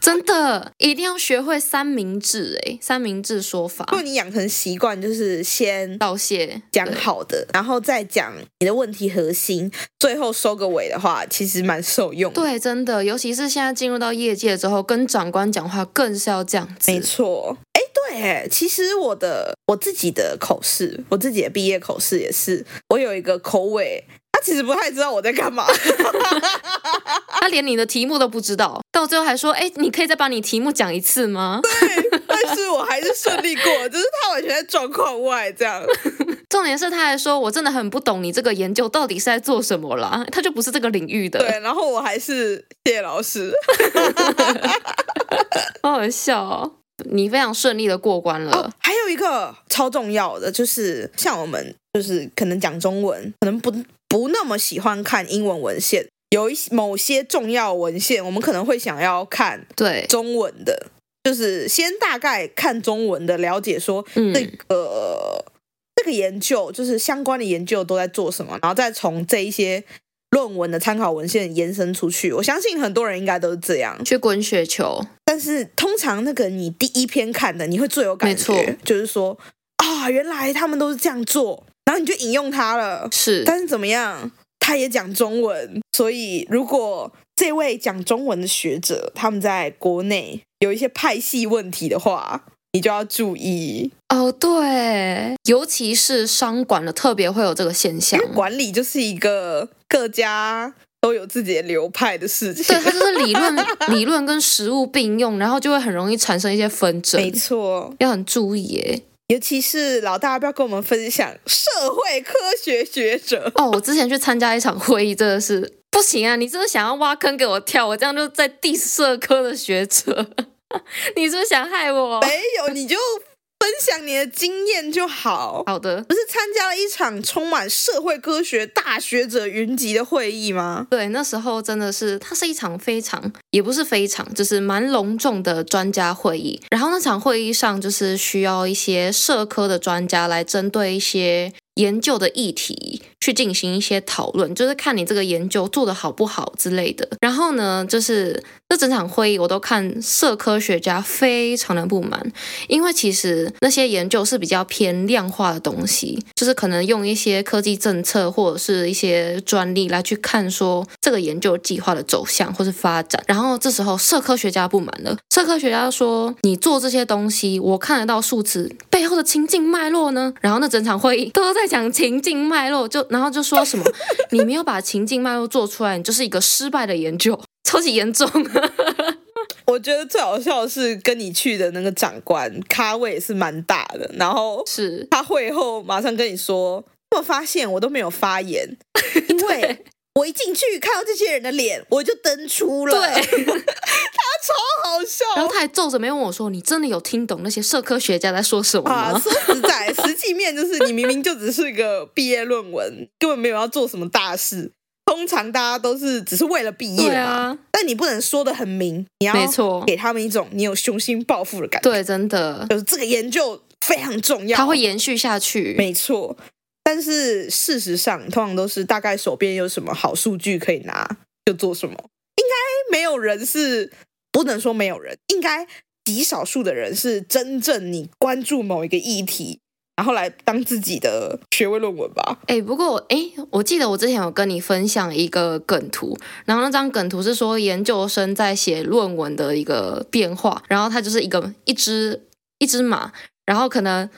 [SPEAKER 1] 真的一定要学会三明治、欸，三明治说法
[SPEAKER 2] 如，果你养成习惯，就是先
[SPEAKER 1] 道谢，
[SPEAKER 2] 讲好的，然后再讲你的问题核心，最后收个尾的话，其实蛮受用的。
[SPEAKER 1] 对，真的，尤其是现在进入到业界之后，跟长官讲话更是要这样子。
[SPEAKER 2] 没错。哎，对，其实我的我自己的口试，我自己的毕业口试也是，我有一个口尾，他其实不太知道我在干嘛。
[SPEAKER 1] 他啊连你的题目都不知道，到最后还说：“哎，你可以再把你题目讲一次吗
[SPEAKER 2] 但是我还是顺利过，就是他完全在状况外这样。？”
[SPEAKER 1] 重点是他还说：“我真的很不懂你这个研究到底是在做什么啦，他就不是这个领域的，
[SPEAKER 2] 对，然后我还是谢谢老师。
[SPEAKER 1] 好好笑哦。”你非常顺利的过关了，
[SPEAKER 2] 哦，还有一个超重要的就是，像我们就是可能讲中文，可能不不那么喜欢看英文文献，有一些某些重要文献，我们可能会想要看
[SPEAKER 1] 对，
[SPEAKER 2] 中文的，就是先大概看中文的，了解说
[SPEAKER 1] 嗯
[SPEAKER 2] 这个、这个研究就是相关的研究都在做什么，然后再从这一些论文的参考文献延伸出去。我相信很多人应该都是这样，
[SPEAKER 1] 去滚雪球，
[SPEAKER 2] 但是通常那个你第一篇看的，你会最有感
[SPEAKER 1] 没
[SPEAKER 2] 觉
[SPEAKER 1] 错，
[SPEAKER 2] 就是说啊，原来他们都是这样做，然后你就引用他了。
[SPEAKER 1] 是
[SPEAKER 2] 但是怎么样，他也讲中文，所以如果这位讲中文的学者他们在国内有一些派系问题的话，你就要注意，
[SPEAKER 1] 哦，对，尤其是商管的，特别会有这个现象
[SPEAKER 2] 因为。管理就是一个各家都有自己的流派的事情
[SPEAKER 1] 对，。它就是理论、理论跟实物并用，然后就会很容易产生一些纷争，
[SPEAKER 2] 没错，
[SPEAKER 1] 要很注意耶。
[SPEAKER 2] 尤其是老大要不要跟我们分享社会科学学者？
[SPEAKER 1] 哦，我之前去参加一场会议，真的是不行啊！你真的想要挖坑给我跳，我这样就在 diss 社科的学者， 你是不是想害我？
[SPEAKER 2] 没有，你就分享你的经验就好。
[SPEAKER 1] 好的，
[SPEAKER 2] 不是参加了一场充满社会科学大学者云集的会议吗？
[SPEAKER 1] 对，那时候真的是，它是一场非常，也不是非常，就是蛮隆重的专家会议。然后那场会议上，就是需要一些社科的专家来针对一些研究的议题去进行一些讨论，就是看你这个研究做得好不好之类的。然后呢，就是这整场会议我都看社科学家非常的不满，因为其实那些研究是比较偏量化的东西，就是可能用一些科技政策或者是一些专利来去看说这个研究计划的走向或是发展。然后这时候社科学家不满了，社科学家说：“你做这些东西，我看得到数字背后的情境脉络呢。”然后那整场会议都在讲情境脉络，就然后就说什么你没有把情境脉络做出来，你就是一个失败的研究， 超级严重。
[SPEAKER 2] 我觉得最好笑的是跟你去的那个长官咖位也是蛮大的，然后
[SPEAKER 1] 是，
[SPEAKER 2] 他会后马上跟你说，我发现我都没有发言， 因为我一进去看到这些人的脸，我就登出了，
[SPEAKER 1] 对
[SPEAKER 2] 超好笑。
[SPEAKER 1] 然后他还皱着眉问我说：“你真的有听懂那些社科学家在说什么吗？”
[SPEAKER 2] 啊，说实在，实际面就是你明明就只是个毕业论文，根本没有要做什么大事，通常大家都是只是为了毕业
[SPEAKER 1] 对
[SPEAKER 2] 嘛，
[SPEAKER 1] 啊，
[SPEAKER 2] 但你不能说的很明，你要
[SPEAKER 1] 没错
[SPEAKER 2] 给他们一种你有雄心抱负的感觉。
[SPEAKER 1] 对，真的，
[SPEAKER 2] 就是这个研究非常重要，
[SPEAKER 1] 它会延续下去。
[SPEAKER 2] 没错。但是事实上，通常都是大概手边有什么好数据可以拿就做什么，应该没有人是不能说没有人，应该极少数的人是真正你关注某一个议题，然后来当自己的学位论文吧。
[SPEAKER 1] 哎，不过哎，诶我记得我之前有跟你分享一个梗图，然后那张梗图是说研究生在写论文的一个变化，然后它就是一个一只一只马，然后可能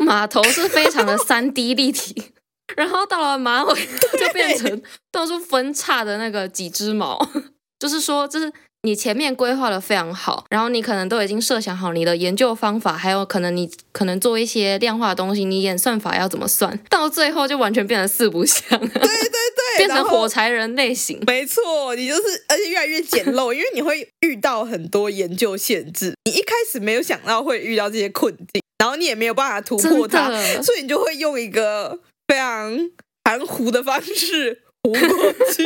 [SPEAKER 1] 马头是非常的三 D 立体， 然后到了马尾就变成到处分叉的那个几只毛， 就是说就是。你前面规划的非常好，然后你可能都已经设想好你的研究方法，还有可能你可能做一些量化的东西，你演算法要怎么算，到最后就完全变成四不像，
[SPEAKER 2] 对，
[SPEAKER 1] 变
[SPEAKER 2] 然
[SPEAKER 1] 成
[SPEAKER 2] 后
[SPEAKER 1] 火柴人类型。
[SPEAKER 2] 没错，你就是，而且越来越简陋，因为你会遇到很多研究限制，你一开始没有想到会遇到这些困境，然后你也没有办法突破它
[SPEAKER 1] 真，的
[SPEAKER 2] 所以你就会用一个非常含糊的方式糊过去。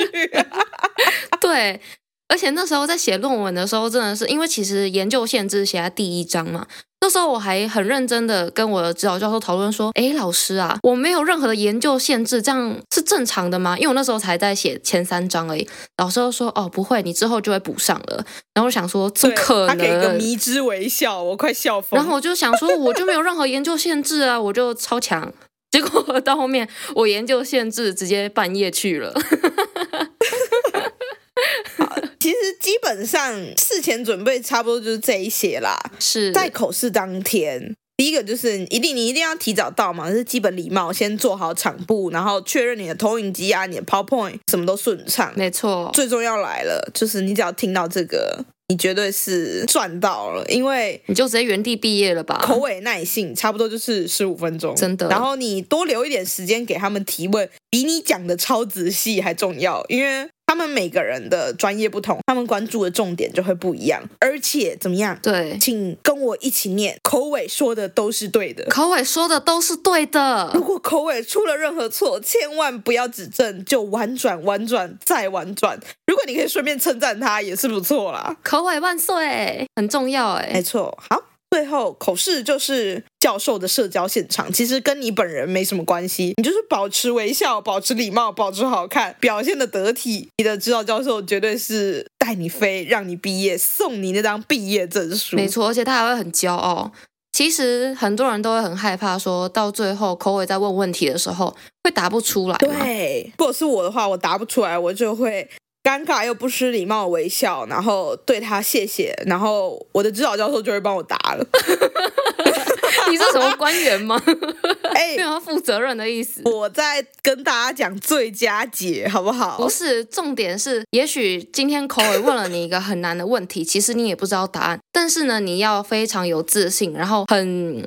[SPEAKER 1] 对，而且那时候在写论文的时候，真的是因为其实研究限制写在第一章嘛，那时候我还很认真的跟我的指导教授讨论说，诶，老师啊，我没有任何的研究限制，这样是正常的吗？因为我那时候才在写前三章而已，老师就说，哦，不会，你之后就会补上了。然后我想说， 怎么
[SPEAKER 2] 对
[SPEAKER 1] 可
[SPEAKER 2] 他给一个
[SPEAKER 1] 能？
[SPEAKER 2] 迷之微笑，我快笑疯。
[SPEAKER 1] 然后我就想说，我就没有任何研究限制啊，我就超强。结果到后面，我研究限制直接半夜去了。
[SPEAKER 2] 其实基本上事前准备差不多就是这一些啦，
[SPEAKER 1] 是，
[SPEAKER 2] 在口试当天，第一个就是一定你一定要提早到嘛，这是基本礼貌，先做好场布，然后确认你的投影机啊、你的 PowerPoint 什么都顺畅。
[SPEAKER 1] 没错，
[SPEAKER 2] 最重要来了，就是你只要听到这个，你绝对是赚到了，因为。
[SPEAKER 1] 你就直接原地毕业了吧？
[SPEAKER 2] 口尾耐性差不多就是十五分钟，
[SPEAKER 1] 真的
[SPEAKER 2] 然后你多留一点时间给他们提问，比你讲的超仔细还重要，因为他们每个人的专业不同，他们关注的重点就会不一样。而且怎么样，
[SPEAKER 1] 对，
[SPEAKER 2] 请跟我一起念，口尾说的都是对的。
[SPEAKER 1] 口尾说的都是对
[SPEAKER 2] 如
[SPEAKER 1] 的，
[SPEAKER 2] 果口尾出了任何错，千万不要指正，就婉转、婉转再婉转。如果你可以顺便称赞他，也是不错啦。
[SPEAKER 1] 口尾万岁，很重要哎、
[SPEAKER 2] 没错，好。最后，口试就是教授的社交现场，其实跟你本人没什么关系，你就是保持微笑、保持礼貌、保持好看，表现的得体，你的指导教授绝对是带你飞，让你毕业，送你那张毕业证书。
[SPEAKER 1] 没错，而且他还会很骄傲。其实很多人都会很害怕说，到最后口尾在问问题的时候会答不出来嘛。
[SPEAKER 2] 对，如果是我的话，我答不出来，我就会尴尬又不失礼貌的微笑，然后对他谢谢，然后我的指导教授就会帮我答 了。
[SPEAKER 1] 你是什么官员吗？
[SPEAKER 2] 哎、
[SPEAKER 1] 没有要负责任的意思。
[SPEAKER 2] 我在跟大家讲最佳解，好不好
[SPEAKER 1] 不？是，重点是，也许今天口尾问了你一个很难的问题，其实你也不知道答案，但是呢，你要非常有自信，然后很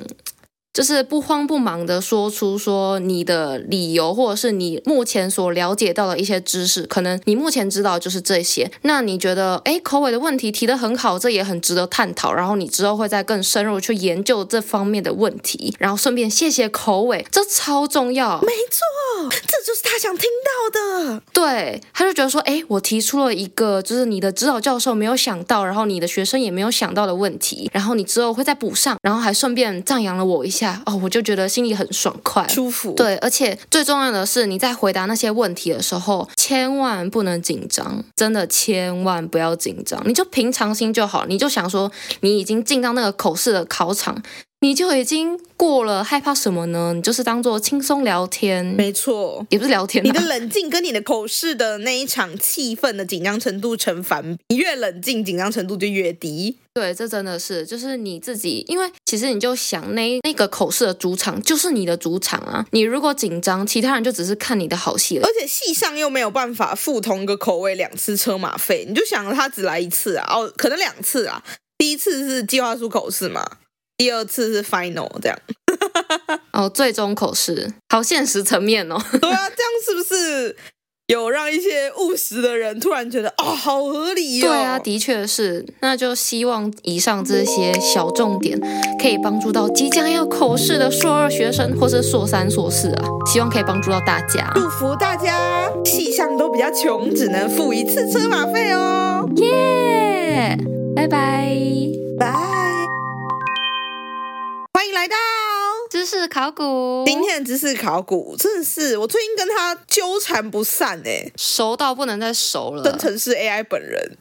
[SPEAKER 1] 就是不慌不忙的说出说你的理由，或者是你目前所了解到的一些知识，可能你目前知道就是这些。那你觉得，哎，口尾的问题提得很好，这也很值得探讨。然后你之后会再更深入去研究这方面的问题，然后顺便谢谢口尾，这超重要。
[SPEAKER 2] 没错，这就是他想听到的。
[SPEAKER 1] 对，他就觉得说，哎，我提出了一个就是你的指导教授没有想到，然后你的学生也没有想到的问题，然后你之后会再补上，然后还顺便赞扬了我一下，哦，我就觉得心里很爽快。
[SPEAKER 2] 舒服，，
[SPEAKER 1] 对，而且最重要的是，你在回答那些问题的时候，千万不能紧张，真的千万不要紧张，你就平常心就好，你就想说，你已经进到那个口试的考场，你就已经过了，害怕什么呢？你就是当做轻松聊天，
[SPEAKER 2] 没错。
[SPEAKER 1] 也不是聊天、啊，
[SPEAKER 2] 你的冷静跟你的口试的那一场气氛的紧张程度成反比，你越冷静，紧张程度就越低。
[SPEAKER 1] 对，这真的是，就是你自己，因为其实你就想那那个口试的主场就是你的主场啊，你如果紧张，其他人就只是看你的好戏了
[SPEAKER 2] 而。且系上又没有办法付同一个口味两次车马费，你就想他只来一次啊，哦，可能两次啊。第一次是计划书口试嘛，第二次是 final 这样。
[SPEAKER 1] 哦，最终口试，好现实层面哦。
[SPEAKER 2] 对啊，这样是不是有让一些务实的人突然觉得哦，好合理哦。
[SPEAKER 1] 对啊，的确是。那就希望以上这些小重点可以帮助到即将要口试的硕二学生或是硕三、硕四啊，希望可以帮助到大家。
[SPEAKER 2] 祝福大家，系上都比较穷，只能付一次车马费哦。
[SPEAKER 1] 耶，拜拜！
[SPEAKER 2] 拜，欢迎来到。
[SPEAKER 1] 知识考古，
[SPEAKER 2] 今天的知识考古真的是，我最近跟他纠缠不散哎、
[SPEAKER 1] 熟到不能再熟了。
[SPEAKER 2] 生成式 AI 本人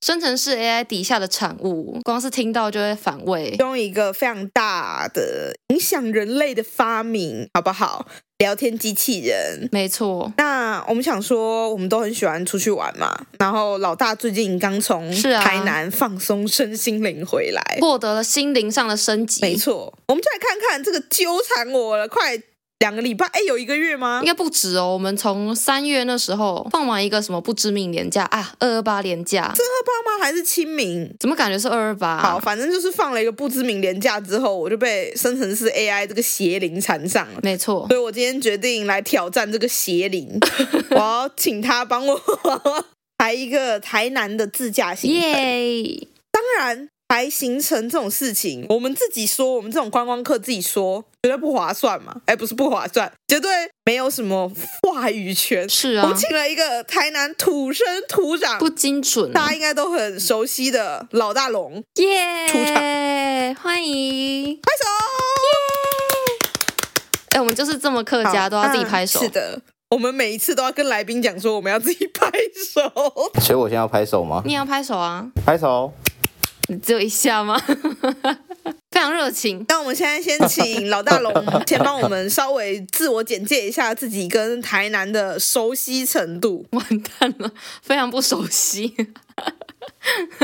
[SPEAKER 1] 生成式 AI 底下的产物，光是听到就会反胃。
[SPEAKER 2] 用一个非常大的影响人类的发明，好不好？聊天机器人。
[SPEAKER 1] 没错，
[SPEAKER 2] 那我们想说，我们都很喜欢出去玩嘛。然后老大最近刚从
[SPEAKER 1] 是啊
[SPEAKER 2] 台南放松身心灵回来，
[SPEAKER 1] 获得了心灵上的升级。
[SPEAKER 2] 没错。我们就来看看这个纠缠我了快两个礼拜，哎，有一个月吗
[SPEAKER 1] 应？该不止哦，我们从三月那时候放完一个什么不知名年假啊，二二八年假，
[SPEAKER 2] 爸妈还是清明，
[SPEAKER 1] 怎么感觉是二二八？
[SPEAKER 2] 好，，反正就是放了一个不知名廉价之后，我就被生成式 AI 这个邪灵缠上了。
[SPEAKER 1] 没错，
[SPEAKER 2] 所以我今天决定来挑战这个 邪灵，我要请他帮我 排一个台南的自驾行程。
[SPEAKER 1] 耶！
[SPEAKER 2] 当然，排行程这种事情，我们自己说，我们这种观光客自己说，绝对不划算嘛。哎，不是不划算，绝对没有什么话语权。
[SPEAKER 1] 是
[SPEAKER 2] 我
[SPEAKER 1] 啊
[SPEAKER 2] 们，请了一个台南土生土长
[SPEAKER 1] 不，精准
[SPEAKER 2] 大家应该都很熟悉的老大龙，
[SPEAKER 1] 耶！
[SPEAKER 2] 出
[SPEAKER 1] 欢迎！
[SPEAKER 2] 拍手。
[SPEAKER 1] 哎，我们就是这么客
[SPEAKER 2] 好
[SPEAKER 1] 家，都要自己
[SPEAKER 2] 嗯
[SPEAKER 1] 拍手
[SPEAKER 2] 是。的，我们每一次都要跟来宾讲说我们要自己拍手。
[SPEAKER 3] 所以我现在要拍手吗？
[SPEAKER 1] 你也要拍手啊？
[SPEAKER 3] 拍手。
[SPEAKER 1] 你只有一下吗？ 非常热情。
[SPEAKER 2] 那我们现在先请老大龙先帮我们稍微自我简介一下自己跟台南的熟悉程度。
[SPEAKER 1] 完蛋了，非常不熟悉。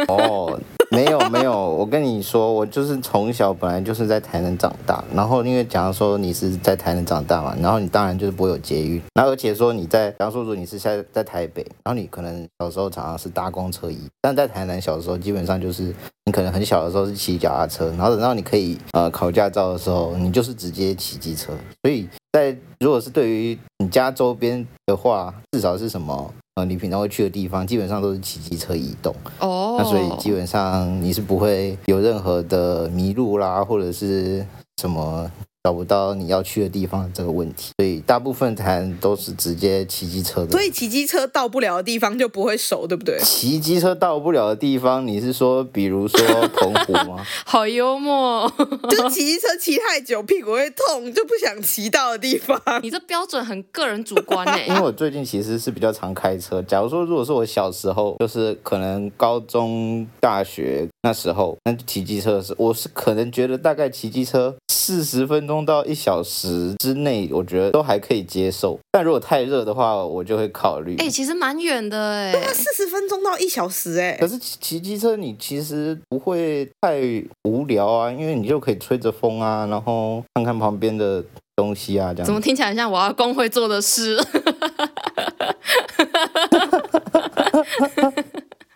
[SPEAKER 3] 哦，没有没有，我跟你说，我就是从小本来就是在台南长大，然后因为假如说你是在台南长大嘛，然后你当然就是不会有捷运，然后而且说你在，假如说如果你是在在台北，然后你可能小时候常常是搭公车移，但在台南小时候基本上就是你可能很小的时候是骑脚踏车，然后等到你可以呃考驾照的时候，你就是直接骑机车，所以在如果是对于你家周边的话，至少是什么呃你平常会去的地方，基本上都是骑机车移动。
[SPEAKER 1] 哦，
[SPEAKER 3] 那所以基本上你是不会有任何的迷路啦，或者是什么找不到你要去的地方这个问题。所以大部分谈都是直接骑机车的。
[SPEAKER 2] 所以骑机车到不了的地方就不会熟，对不 对？
[SPEAKER 3] 骑机车到不了的地方，你是说比如说澎湖吗？
[SPEAKER 1] 好幽默，
[SPEAKER 2] 就是骑机车骑太久屁股会痛，就不想骑到的地方。
[SPEAKER 1] 你这标准很个人主观哎、
[SPEAKER 3] 因为我最近其实是比较常开车。假如说如果是我小时候，就是可能高中、大学那时候，那骑机车的时候，我是可能觉得大概骑机车四十分钟到一小时之内，我觉得都还可以接受。但如果太热的话，我就会考虑。
[SPEAKER 1] 哎、其实蛮远的哎、
[SPEAKER 3] 啊
[SPEAKER 2] 四十分钟到一小时、
[SPEAKER 3] 可
[SPEAKER 2] 哎，
[SPEAKER 3] 是骑骑机车，你其实不会太无聊啊，因为你就可以吹着风啊，然后看看旁边的东西啊，这
[SPEAKER 1] 怎
[SPEAKER 3] 样子
[SPEAKER 1] 么。听起来很像我阿公会做的 事？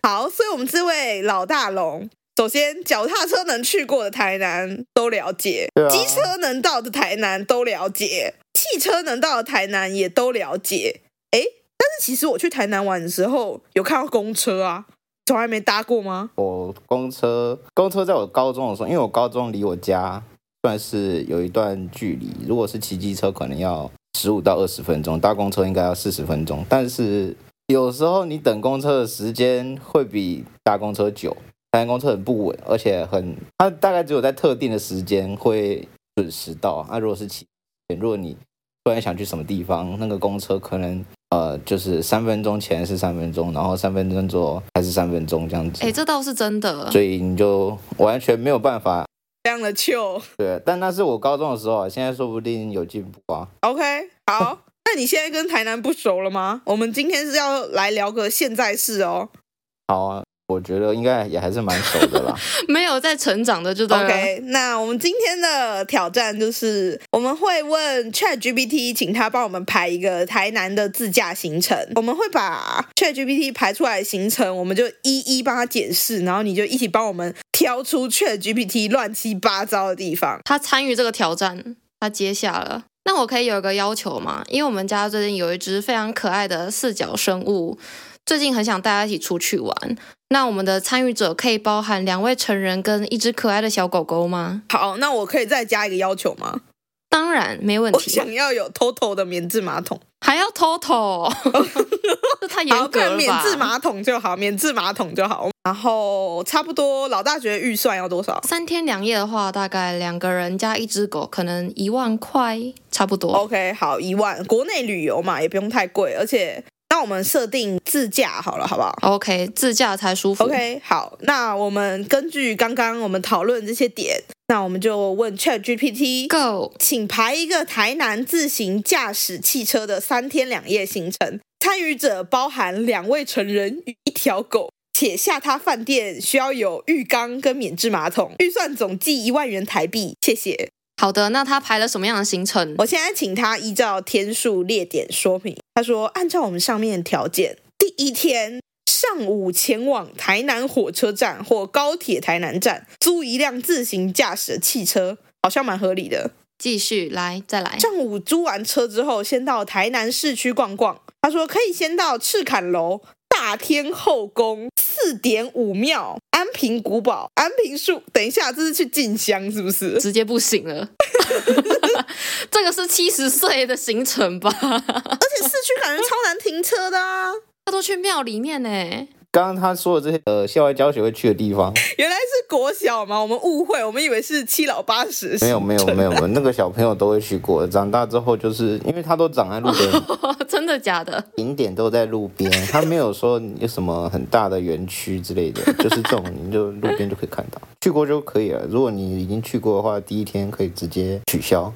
[SPEAKER 2] 好，所以我们这位老大龙，首先脚踏车能去过的台南都了解，
[SPEAKER 3] 对啊
[SPEAKER 2] 机车能到的台南都了解，汽车能到的台南也都了解。哎，但是其实我去台南玩的时候，有看到公车啊，从来没搭过吗？
[SPEAKER 3] 我公车，公车在我高中的时候，因为我高中离我家算是有一段距离，如果是骑机车，可能要十五到二十分钟，搭公车应该要四十分钟。但是有时候你等公车的时间会比搭公车久，台南公车很不稳，而且很，它大概只有在特定的时间会准时到。啊那、如果是骑，如果你突然想去什么地方，那个公车可能。呃，就是三分钟前是三分钟，然后三分钟之后还是三分钟这样子。
[SPEAKER 1] 哎、这倒是真的。
[SPEAKER 3] 所以你就完全没有办法。
[SPEAKER 2] 这样的就
[SPEAKER 3] 对，但那是我高中的时候啊，现在说不定有进步啊。
[SPEAKER 2] OK，好。那你现在跟台南不熟了吗？我们今天是要来聊个现在事哦。
[SPEAKER 3] 好啊，我觉得应该也还是蛮熟的啦。
[SPEAKER 1] 没有在成长的就对了。
[SPEAKER 2] OK，那我们今天的挑战就是我们会问 ChatGPT，请他帮我们排一个台南的自驾行程。我们会把 ChatGPT 排出来的行程，我们就一一帮他解释，然后你就一起帮我们挑出 ChatGPT 乱七八糟的地方。
[SPEAKER 1] 他参与这个挑战，他接下了。那我可以有一个要求吗？因为我们家最近有一只非常可爱的四脚生物，最近很想大家一起出去玩。那我们的参与者可以包含两位成人跟一只可爱的小狗狗吗？
[SPEAKER 2] 好，那我可以再加一个要求吗？
[SPEAKER 1] 当然没问
[SPEAKER 2] 我
[SPEAKER 3] 哦
[SPEAKER 1] 题，
[SPEAKER 2] 想要有 TOTO 的免治马桶，
[SPEAKER 1] 还要 Toto，这太
[SPEAKER 2] 好，
[SPEAKER 1] 严格
[SPEAKER 2] 对，
[SPEAKER 1] 了吧？
[SPEAKER 2] 免治马桶就好，免治马桶就好。然后差不多，老大觉得预算要多少
[SPEAKER 1] 三天两夜的话，大概两个人加一只狗，可能一万块差不多。
[SPEAKER 2] ？OK，好，一万。国内旅游嘛，也不用太贵，而且那我们设定自驾好了，好不好？
[SPEAKER 1] OK，自驾才舒服。
[SPEAKER 2] OK，好，那我们根据刚刚我们讨论这些点，那我们就问 Chat GPT，
[SPEAKER 1] Go，
[SPEAKER 2] 请排一个台南自行驾驶汽车的三天两夜行程，参与者包含两位成人与一条狗，且下榻饭店需要有浴缸跟免治马桶，预算总计一万元台币，谢谢。
[SPEAKER 1] 好的，那他排了什么样的行程？
[SPEAKER 2] 我现在请他依照天数列点说明。他说，按照我们上面的条件，第一天上午前往台南火车站或高铁台南站，租一辆自行驾驶的汽车，好像蛮合理的。
[SPEAKER 1] 继续来，再来。
[SPEAKER 2] 上午租完车之后，先到台南市区逛逛。他说可以先到赤坎楼、大天后宫、四点五庙、安平古堡、安平树。等一下，这是去进香是不是？
[SPEAKER 1] 直接不行 了。这个是七十岁的行程吧？
[SPEAKER 2] 而且市区感觉超难停车的啊！
[SPEAKER 1] 他都去庙里面呢。
[SPEAKER 3] 刚刚他说的这些呃校外教学会去的地方，
[SPEAKER 2] 原来是国小嘛，我们误会，我们以为是七老八十。
[SPEAKER 3] 没有没有没有，没有那个小朋友都会去过。长大之后就是因为他都长在路边，
[SPEAKER 1] 真的假的？
[SPEAKER 3] 景点都在路边，他没有说有什么很大的园区之类的，就是这种你就路边就可以看到，去过就可以了。如果你已经去过的话，第一天可以直接取消。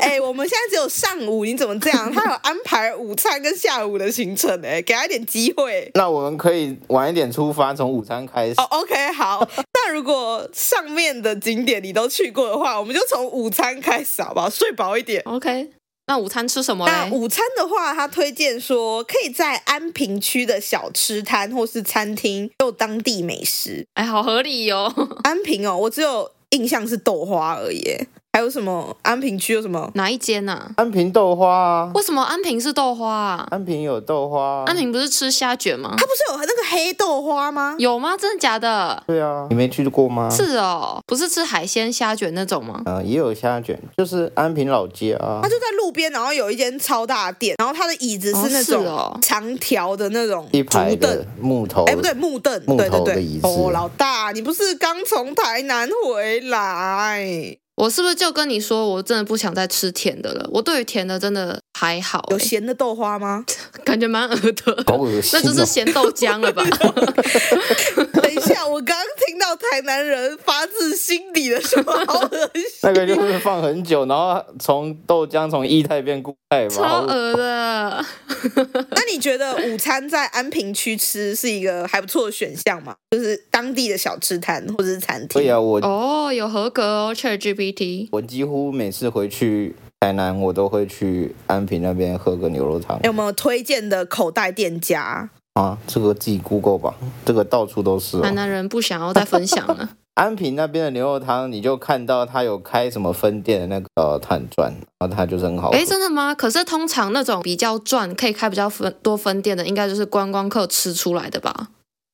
[SPEAKER 2] 哎、我们现在只有上午，你怎么这样？他有安排午餐跟下午的行程哎、给他一点机会。
[SPEAKER 3] 那我们可以晚一点出发，从午餐开始
[SPEAKER 2] 哦、。o k 好。 那如果上面的景点你都去过的话，我们就从午餐开始好不好？睡饱一点。
[SPEAKER 1] OK，那午餐吃什么
[SPEAKER 2] 那
[SPEAKER 1] 嘞？
[SPEAKER 2] 午餐的话，他推荐说可以在安平区的小吃摊或是餐厅有当地美食。
[SPEAKER 1] 哎，好合理哟、
[SPEAKER 2] 安平哦，我只有印象是豆花而已耶。还有什么安平区有什么？
[SPEAKER 1] 哪一间呐、
[SPEAKER 3] 安平豆花啊，
[SPEAKER 1] 为什么安平是豆花啊？
[SPEAKER 3] 安平有豆花啊。
[SPEAKER 1] 安平不是吃虾卷吗？
[SPEAKER 2] 它不是有那个黑豆花吗？
[SPEAKER 1] 有吗？真的假的？
[SPEAKER 3] 对啊，你没去过吗？
[SPEAKER 1] 是哦，不是吃海鲜虾卷那种吗？
[SPEAKER 3] 呃，也有虾卷，就是安平老街啊
[SPEAKER 2] 它。就在路边，然后有一间超大店，然后它的椅子
[SPEAKER 1] 哦
[SPEAKER 2] 是那
[SPEAKER 1] 是哦
[SPEAKER 2] 种长条的那种
[SPEAKER 3] 一
[SPEAKER 2] 竹
[SPEAKER 3] 排
[SPEAKER 2] 凳
[SPEAKER 3] 的，木头，
[SPEAKER 2] 哎，不对，木凳，
[SPEAKER 3] 木
[SPEAKER 2] 对
[SPEAKER 3] 头
[SPEAKER 2] 对
[SPEAKER 3] 的
[SPEAKER 2] 对
[SPEAKER 3] 椅，子
[SPEAKER 2] 哦，老大，你不是刚从台南回来？
[SPEAKER 1] 我是不是就跟你说，我真的不想再吃甜的了？我对于甜的真的还好、
[SPEAKER 2] 有
[SPEAKER 1] 哎
[SPEAKER 2] 咸的豆 花吗？
[SPEAKER 1] 感觉蛮恶的。
[SPEAKER 3] 好恶心、
[SPEAKER 1] 那
[SPEAKER 3] 哦。
[SPEAKER 1] 就是咸豆浆了 吧？
[SPEAKER 2] 等一下，我刚刚听到台南人发自心底的说，好恶心。
[SPEAKER 3] 那个就是放很久，然后从豆浆从液态变固态吧。
[SPEAKER 1] 超恶的。
[SPEAKER 3] 啊
[SPEAKER 2] 那你觉得午餐在安平区吃是一个还不错的选项吗？就是当地的小吃摊或者是餐厅。
[SPEAKER 3] 对啊，我、
[SPEAKER 1] 哦，有合格哦，ChatGPT。
[SPEAKER 3] 我几乎每次回去台南，我都会去安平那边喝个牛肉汤、
[SPEAKER 2] 有没有推荐的口袋店家？
[SPEAKER 3] 啊。这个自己 Google 吧，这个到处都是、
[SPEAKER 1] 台
[SPEAKER 3] 哦。
[SPEAKER 1] 南人不想要再分享了。
[SPEAKER 3] 安平那边的牛肉汤，你就看到它有开什么分店的那个呃炭砖，然后它就是很 好喝。
[SPEAKER 1] 哎，真的吗？可是通常那种比较赚、可以开比较分多分店的，应该就是观光客吃出来的吧？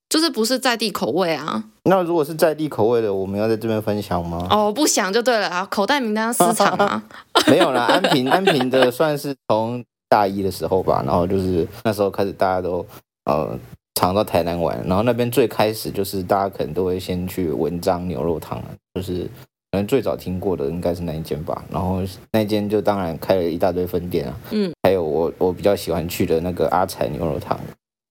[SPEAKER 1] 就是不是在地口味啊？
[SPEAKER 3] 那如果是在地口味的，我们要在这边分享吗？
[SPEAKER 1] 哦，不想就对了啊，口袋名单私藏啊。
[SPEAKER 3] 没有啦，安平安平的算是从大一的时候吧，然后就是那时候开始大家都呃常到台南玩，然后那边最开始就是大家可能都会先去文章牛肉汤，啊就是可能最早听过的应该是那一间吧，然后那一间就当然开了一大堆分店啊，
[SPEAKER 1] 嗯，
[SPEAKER 3] 还有我我比较喜欢去的那个阿财牛肉汤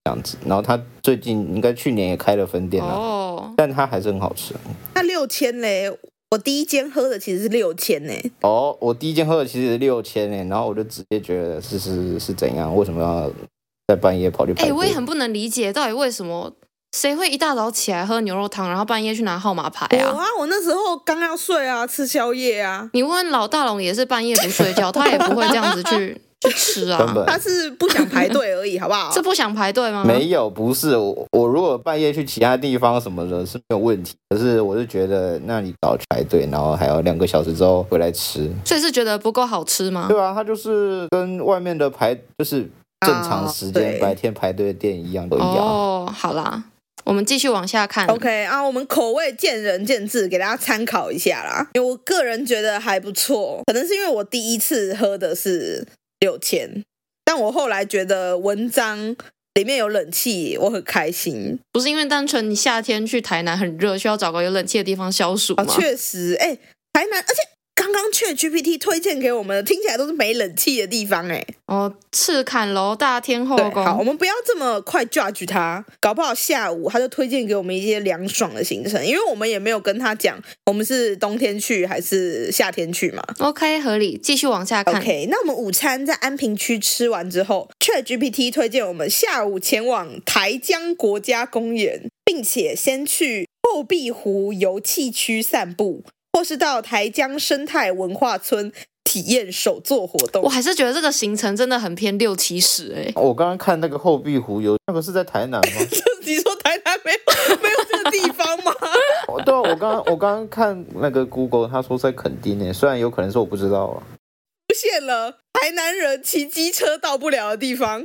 [SPEAKER 3] 这样子，然后他最近应该去年也开了分店了、
[SPEAKER 1] 哦，
[SPEAKER 3] 但它还是很好吃
[SPEAKER 2] 那六千嘞？我第一间喝的其实是六千呢。
[SPEAKER 3] 哦。我第一间喝的其实是六千诶，然后我就直接觉得是是是怎样，为什么要在半夜跑去排
[SPEAKER 1] 哎，
[SPEAKER 3] 队？
[SPEAKER 1] 我也很不能理解，到底为什么谁会一大早起来喝牛肉汤，然后半夜去拿号码牌
[SPEAKER 2] 有
[SPEAKER 1] 啊？
[SPEAKER 2] 啊，我那时候刚要睡啊，吃宵夜啊。
[SPEAKER 1] 你问老大龙也是半夜不睡觉，他也不会这样子去去吃
[SPEAKER 3] 根
[SPEAKER 1] 啊？
[SPEAKER 3] 本
[SPEAKER 2] 他是不想排队而已，好不 好？
[SPEAKER 1] 这不想排队吗？
[SPEAKER 3] 没有，不是我，我如果半夜去其他地方什么的是没有问题，可是我是觉得那里搞排队，然后还要两个小时之后回来吃，
[SPEAKER 1] 所以是觉得不够好吃吗？
[SPEAKER 3] 对啊，它就是跟外面的排就是正常时
[SPEAKER 2] 啊
[SPEAKER 3] 间、
[SPEAKER 2] 对
[SPEAKER 3] 白天排队的店一样都一样。
[SPEAKER 1] 哦，好啦，我们继续往下看。
[SPEAKER 2] OK 啊，我们口味见仁见智，给大家参考一下啦。因为我个人觉得还不错，可能是因为我第一次喝的是六千，但我后来觉得文章里面有冷气，我很开心。
[SPEAKER 1] 不是因为单纯你夏天去台南很热，需要找个有冷气的地方消暑
[SPEAKER 2] 啊，
[SPEAKER 1] 吗？
[SPEAKER 2] 确实，哎、台南，而且刚刚 ChatGPT 推荐给我们的，听起来都是没冷气的地方、哎。
[SPEAKER 1] 哦，赤坎楼大天后
[SPEAKER 2] 对，好，我
[SPEAKER 1] 宫，
[SPEAKER 2] 们不要这么快 judge 他，搞不好下午他就推荐给我们一些凉爽的行程，因为我们也没有跟他讲我们是冬天去还是夏天去嘛。
[SPEAKER 1] OK 合理。继续往下看
[SPEAKER 2] OK，那我们午餐在安平区吃完之后，ChatGPT 推荐我们下午前往台江国家公园，并且先去后壁湖游憩区散步，或是到台江生态文化村体验手作活
[SPEAKER 1] 我
[SPEAKER 2] 动。
[SPEAKER 1] 还是觉得这个行程真的很偏六七十哎、
[SPEAKER 3] 我刚刚看那个后壁湖有那个是在台南吗？
[SPEAKER 2] 你说台南没有没有这个地方吗？
[SPEAKER 3] 哦对啊，我刚刚我刚刚看那个 Google，他说在垦丁诶，虽然有可能是我不知道啊。
[SPEAKER 2] 出现了台南人骑机车到不了的地方，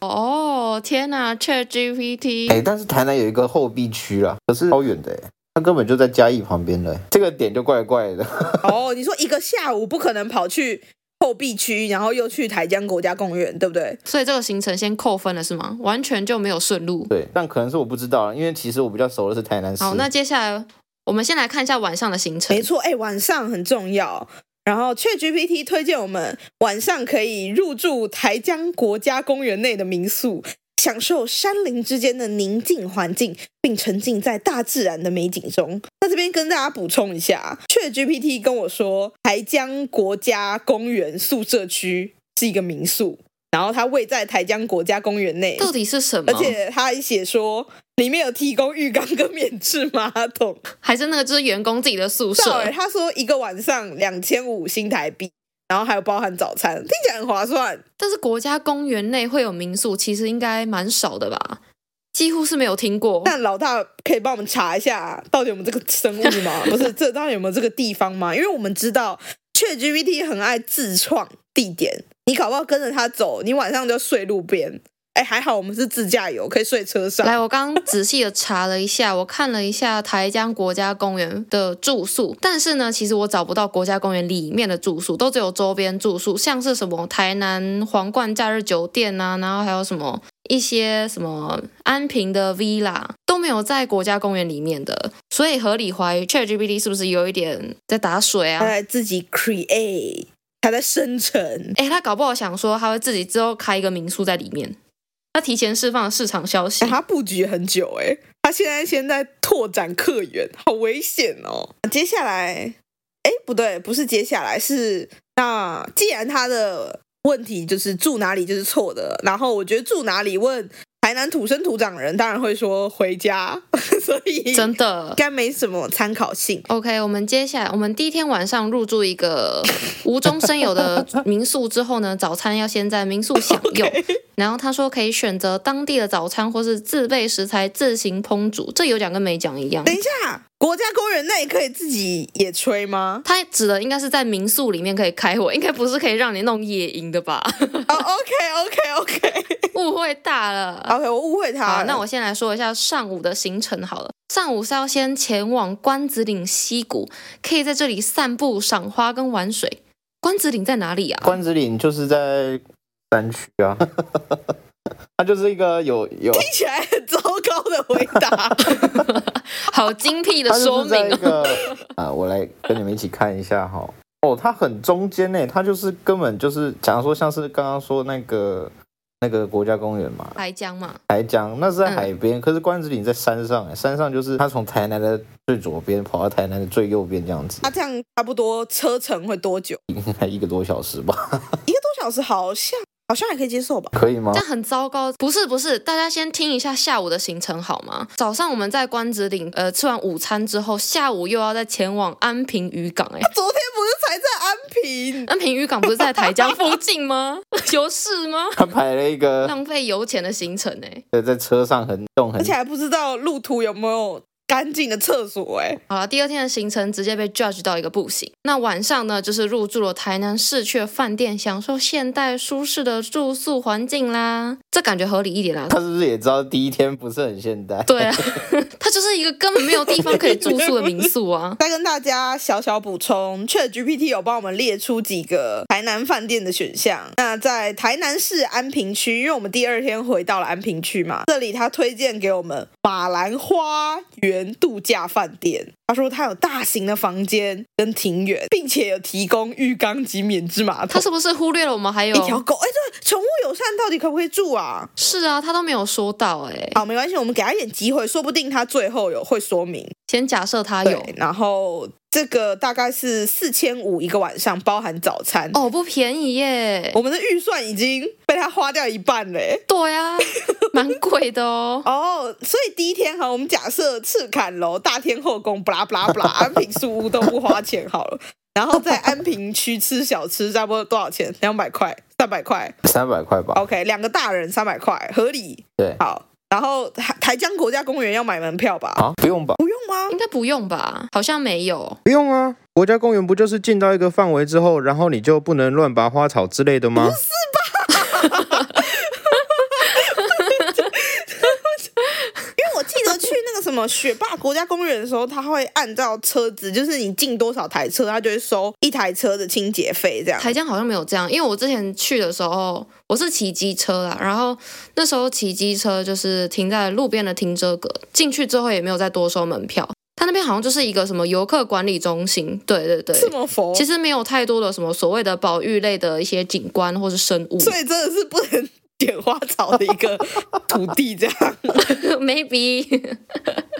[SPEAKER 1] 哦天哪，ChatGPT，
[SPEAKER 3] 哎，但是台南有一个后壁区啦，可是超远的诶，它根本就在嘉义旁边的诶，欸这个点就怪怪的。
[SPEAKER 2] 哦，你说一个下午不可能跑去后壁区，然后又去台江国家公园，对不对？
[SPEAKER 1] 所以这个行程先扣分了是吗？完全就没有顺路。
[SPEAKER 3] 对，但可能是我不知道啊，因为其实我比较熟的是台南市。
[SPEAKER 1] 好，那接下来我们先来看一下晚上的行程
[SPEAKER 2] 没。错，哎、晚上很重要。然后 ChatGPT 推荐我们晚上可以入住台江国家公园内的民宿，享受山林之间的宁静环境，并沉浸在大自然的美景中。那这边跟大家补充一下，ChatGPT 跟我说，台江国家公园宿舍区是一个民宿，然后它位在台江国家公园内，
[SPEAKER 1] 到底是什么
[SPEAKER 2] 而？且它还写说里面有提供浴缸跟免治马桶。
[SPEAKER 1] 还是那个就是员工自己的宿
[SPEAKER 2] 对，
[SPEAKER 1] 舍？
[SPEAKER 2] 欸他说一个晚上两千五新台币，然后还有包含早餐，听起来很划算。
[SPEAKER 1] 但是国家公园内会有民宿，其实应该蛮少的吧？几乎是没有听过。
[SPEAKER 2] 但老大可以帮我们查一下，到底有没有这个生物 吗？不是，这到底有没有这个地方吗？因为我们知道 ChatGPT 很爱自创地点，你搞不好跟着他走，你晚上就睡路边。哎，还好我们是自驾游，可以睡车上。
[SPEAKER 1] 来，我刚刚仔细的查了一下，我看了一下台江国家公园的住宿，但是呢，其实我找不到国家公园里面的住宿，都只有周边住宿，像是什么台南皇冠假日酒店啊，然后还有什么一些什么安平的 villa 都没有在国家公园里面的，所以合理怀疑 ChatGPT 是不是有一点在打水
[SPEAKER 2] 他
[SPEAKER 1] 啊？
[SPEAKER 2] 在自己 create，他在生成。
[SPEAKER 1] 哎，他搞不好想说他会自己之后开一个民宿在里面，他提前释放了市场消息
[SPEAKER 2] 哎，。他布局很久哎、他现在现在拓展客源，好危险哦。接下来，哎，不对，不是接下来是那既然他的问题就是住哪里就是错的，然后我觉得住哪里问台南土生土长人，当然会说回家， 所以
[SPEAKER 1] 真
[SPEAKER 2] 应
[SPEAKER 1] 的，
[SPEAKER 2] 该没什么参考性。
[SPEAKER 1] OK，我们接下来，我们第一天晚上入住一 个无中生有的民宿之后呢，早餐要先在民宿享用。然后他说可以选择当地的早餐，或是自备食材自行烹煮，这有讲跟没讲一样
[SPEAKER 2] 等。一下，国家公园内可以自己野 炊吗？
[SPEAKER 1] 他指的应该是在民宿里面可以开火，应该不是可以让你弄野营的 吧？
[SPEAKER 2] 哦、o k OK OK
[SPEAKER 1] 误会大了。
[SPEAKER 2] OK，我误会他
[SPEAKER 1] 好，
[SPEAKER 2] 了。
[SPEAKER 1] 那我先来说一下上午的行程好了。上午是要先前往关子岭溪谷，可以在这里散步、赏花跟玩水。关子岭在哪里啊？
[SPEAKER 3] 关子岭就是在山区啊， 它就是一个有有，
[SPEAKER 2] 听起来很糟糕的回答。
[SPEAKER 1] 好精辟的
[SPEAKER 3] 它就
[SPEAKER 1] 说
[SPEAKER 3] 是在
[SPEAKER 1] 明
[SPEAKER 3] 一
[SPEAKER 1] 哦。
[SPEAKER 3] 个啊，我来跟你们一起看一下哈。哦，它很中间呢，它就是根本就是，假如说像是刚刚说那个那个国家公园嘛，
[SPEAKER 1] 台江嘛，
[SPEAKER 3] 台江那是在
[SPEAKER 1] 嗯
[SPEAKER 3] 海边，可是关子岭在山上欸，山上就是它从台南的最左边跑到台南的最右边这样子
[SPEAKER 2] 那、，这样差不多车程会多久？
[SPEAKER 3] 应该一个多小时吧。
[SPEAKER 2] 一个多小时好像好像还可以接受吧。
[SPEAKER 3] 可以吗
[SPEAKER 1] 这？样很糟糕。不是不是，大家先听一下下午的行程好吗？早上我们在关子岭呃吃完午餐之后，下午又要再前往安平渔港、欸。哎，
[SPEAKER 2] 昨天不是才在安平，
[SPEAKER 1] 安平渔港不是在台江附近吗？ 有事吗？
[SPEAKER 3] 他排了一个
[SPEAKER 1] 浪费油钱的行程哎、欸。
[SPEAKER 3] 对在车上很动很
[SPEAKER 2] 而且还不知道路途有没有干净的厕所、哎，
[SPEAKER 1] 好了，第二天的行程直接被 judge 到一个不行。那晚上呢，就是入住了台南市区的饭店，享受现代舒适的住宿环境啦。这感觉合理一点啦。
[SPEAKER 3] 他是不是也知道第一天不是很现代？
[SPEAKER 1] 对啊， 它就是一个根本没有地方可以住宿的民宿 啊。
[SPEAKER 2] 再跟大家小小补充，Chat GPT 有帮我们列出几个台南饭店的选项。那在台南市安平区，因为我们第二天回到了安平区嘛，这里他推荐给我们马兰花园度假饭店。他说他有大型的房间跟庭园，并且有提供浴缸及免治马
[SPEAKER 1] 他
[SPEAKER 2] 桶。
[SPEAKER 1] 是不是忽略了我们还有
[SPEAKER 2] 一条狗，哎，这宠物友善到底可不可以住啊？
[SPEAKER 1] 是啊，他都没有说到哎、
[SPEAKER 2] 好，没关系，我们给他一点机会，说不定他最后有会说明。
[SPEAKER 1] 先假设他有
[SPEAKER 2] 对，然后这个大概是四千五一个晚上，包含早餐。
[SPEAKER 1] 哦，不便宜耶。
[SPEAKER 2] 我们的预算已经被他花掉一半了欸。
[SPEAKER 1] 对 啊，蛮贵的哦。
[SPEAKER 2] 哦，所以第一天哈，我们假设赤坎楼、大天后宫、布拉布拉布拉、安平树屋都不花钱好了，然后在安平区吃小吃，差不多多少钱？两百块、三百块
[SPEAKER 3] 三百块吧。
[SPEAKER 2] ？OK，两个大人三百块，合理。
[SPEAKER 3] 对，
[SPEAKER 2] 好，然后台台江国家公园要买门票吧？
[SPEAKER 3] 啊，不用吧？
[SPEAKER 2] 不用吗？
[SPEAKER 1] 应该不用吧？好像没有。
[SPEAKER 4] 不用啊，国家公园不就是进到一个范围之后，然后你就不能乱拔花草之类的吗？
[SPEAKER 2] 因为我记得去那个什么雪霸国家公园的时候，他会按照车子，就是你进多少台车，他就会收一台车的清洁费这样。
[SPEAKER 1] 台江好像没有这样，因为我之前去的时候，我是骑机车啦，然后那时候骑机车就是停在路边的停车格，进去之后也没有再多收门票。他那边好像就是一个什么游客管理中心，对对对，
[SPEAKER 2] 这么佛，
[SPEAKER 1] 其实没有太多的什么所谓的保育类的一些景观或是生物
[SPEAKER 2] 所以真的是不能点花草的一个土地这样。
[SPEAKER 1] ，maybe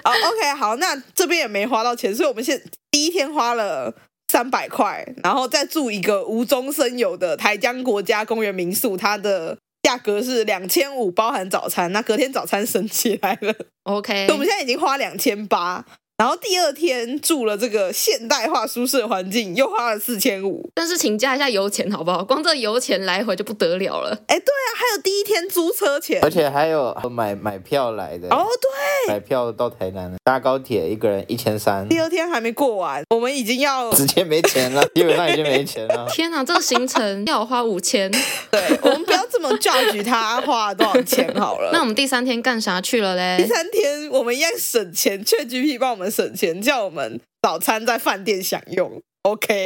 [SPEAKER 2] 哦、o k 好，那这边也没花到钱，所以我们现第一天花了。三百块，然后再住一个无中生有的台江国家公园民宿，它的价格是两千五，包含早餐。那隔天早餐升起来了，
[SPEAKER 1] OK
[SPEAKER 2] 所以。我们现在已经花两千八，然后第二天住了这个现代化舒适的环境，又花了四千五。
[SPEAKER 1] 但是请加一下油钱好不好？光这油钱来回就不得了 了。。
[SPEAKER 2] 哎，对啊，还有第一天租车钱。
[SPEAKER 3] 而且还有买买票来的，
[SPEAKER 2] 哦，对，
[SPEAKER 3] 买票到台南搭高铁，一个人一千三，
[SPEAKER 2] 第二天还没过完，我们已经要
[SPEAKER 3] 直接没钱了，基本上已经没钱了
[SPEAKER 1] 天哪，这个行程要我花五千。
[SPEAKER 2] 对，我们不要这么 judge 他花了多少钱好了。
[SPEAKER 1] 那我们第三天干啥去了
[SPEAKER 2] 第
[SPEAKER 1] 嘞？
[SPEAKER 2] 三天我们一样省钱，ChatGPT 帮我们省钱，叫我们早餐在饭店享用，OK，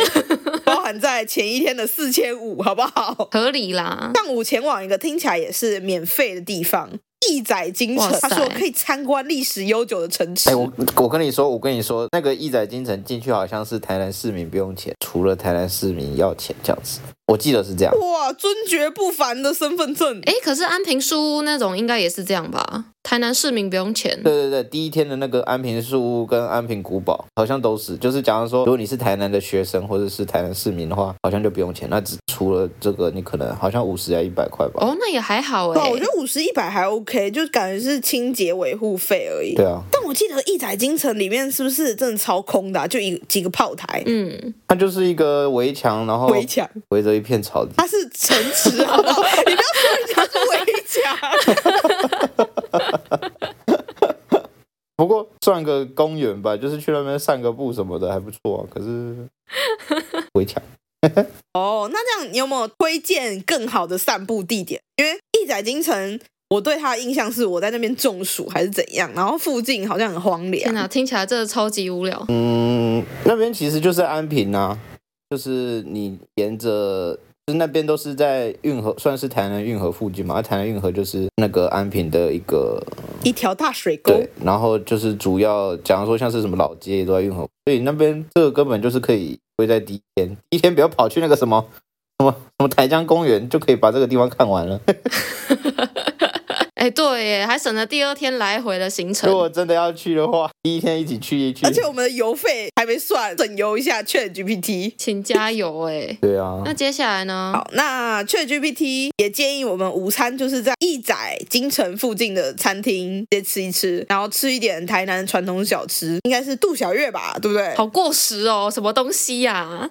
[SPEAKER 2] 包含在前一天的四千五，好不好？
[SPEAKER 1] 合理 啦，
[SPEAKER 2] 上午前往一个听起来也是免费的地方——义载京城
[SPEAKER 1] 哇。塞
[SPEAKER 2] 他说可以参观历史悠久的城池。
[SPEAKER 3] 哎、我我跟你说，我跟你说，那个义载京城进去好像是台南市民不用钱，除了台南市民要钱这样子，我记得是这样。
[SPEAKER 2] 哇，尊爵不凡的身份证！
[SPEAKER 1] 哎，可是安平书屋那种应该也是这样吧？台南市民不用钱。
[SPEAKER 3] 对对对，第一天的那个安平树屋跟安平古堡好像都是，就是假如说，如果你是台南的学生或者是台南市民的话，好像就不用钱。那只除了这个，你可能好像五十啊要一百块吧。
[SPEAKER 1] 哦，那也还好
[SPEAKER 2] 哇，
[SPEAKER 1] 哎
[SPEAKER 2] 我觉。得五十一百还 OK，就感觉是清洁维护费而已。
[SPEAKER 3] 对啊，
[SPEAKER 2] 但我记得义载京城里面是不是真的超空的啊、就一几个炮台、
[SPEAKER 1] 嗯，哦
[SPEAKER 3] 它就是一个围墙，然后
[SPEAKER 2] 围墙，啊
[SPEAKER 3] 围着一片草地。
[SPEAKER 2] 它是城池，好 不好？你不要说人家是围墙。
[SPEAKER 3] 不过算个公园吧，就是去那边散个步什么的还不错、啊。可是围墙
[SPEAKER 2] 哦，那这样你有没有推荐更好的散步地点？因为义载京城，我对它的印象是我在那边中暑还是怎样，然后附近好像很荒
[SPEAKER 1] 天
[SPEAKER 2] 凉。
[SPEAKER 1] 哪，听起来真的超级无 聊。
[SPEAKER 3] 嗯，那边其实就是安平啊，就是你沿着，就是那边都是在运河，算是台南运河附近嘛。啊、台南运河就是那个安平的一个
[SPEAKER 2] 一条大水沟
[SPEAKER 3] 对，，然后就是主要，假如说像是什么老街都在运河，所以那边这个根本就是可以归在第一天，第一天不要跑去那个什 么什么什么台江公园，就可以把这个地方看完了。
[SPEAKER 1] 哎，哎，对耶，还省了第二天来回的行程
[SPEAKER 3] 如。果真的要去的话，第一天一起去一去。
[SPEAKER 2] 而且我们的油费还没算，省油一下 Chat GPT。
[SPEAKER 1] 请加油哎！
[SPEAKER 3] 对啊，
[SPEAKER 1] 那接下来呢？
[SPEAKER 2] 嗯好，那 ChatGPT 也建议我们午餐就是在义载京城附近的餐厅直接吃一吃，然后吃一点台南传统小吃，应该是杜小月吧，对不对？
[SPEAKER 1] 好过时哦，什么东西呀、
[SPEAKER 2] 嗯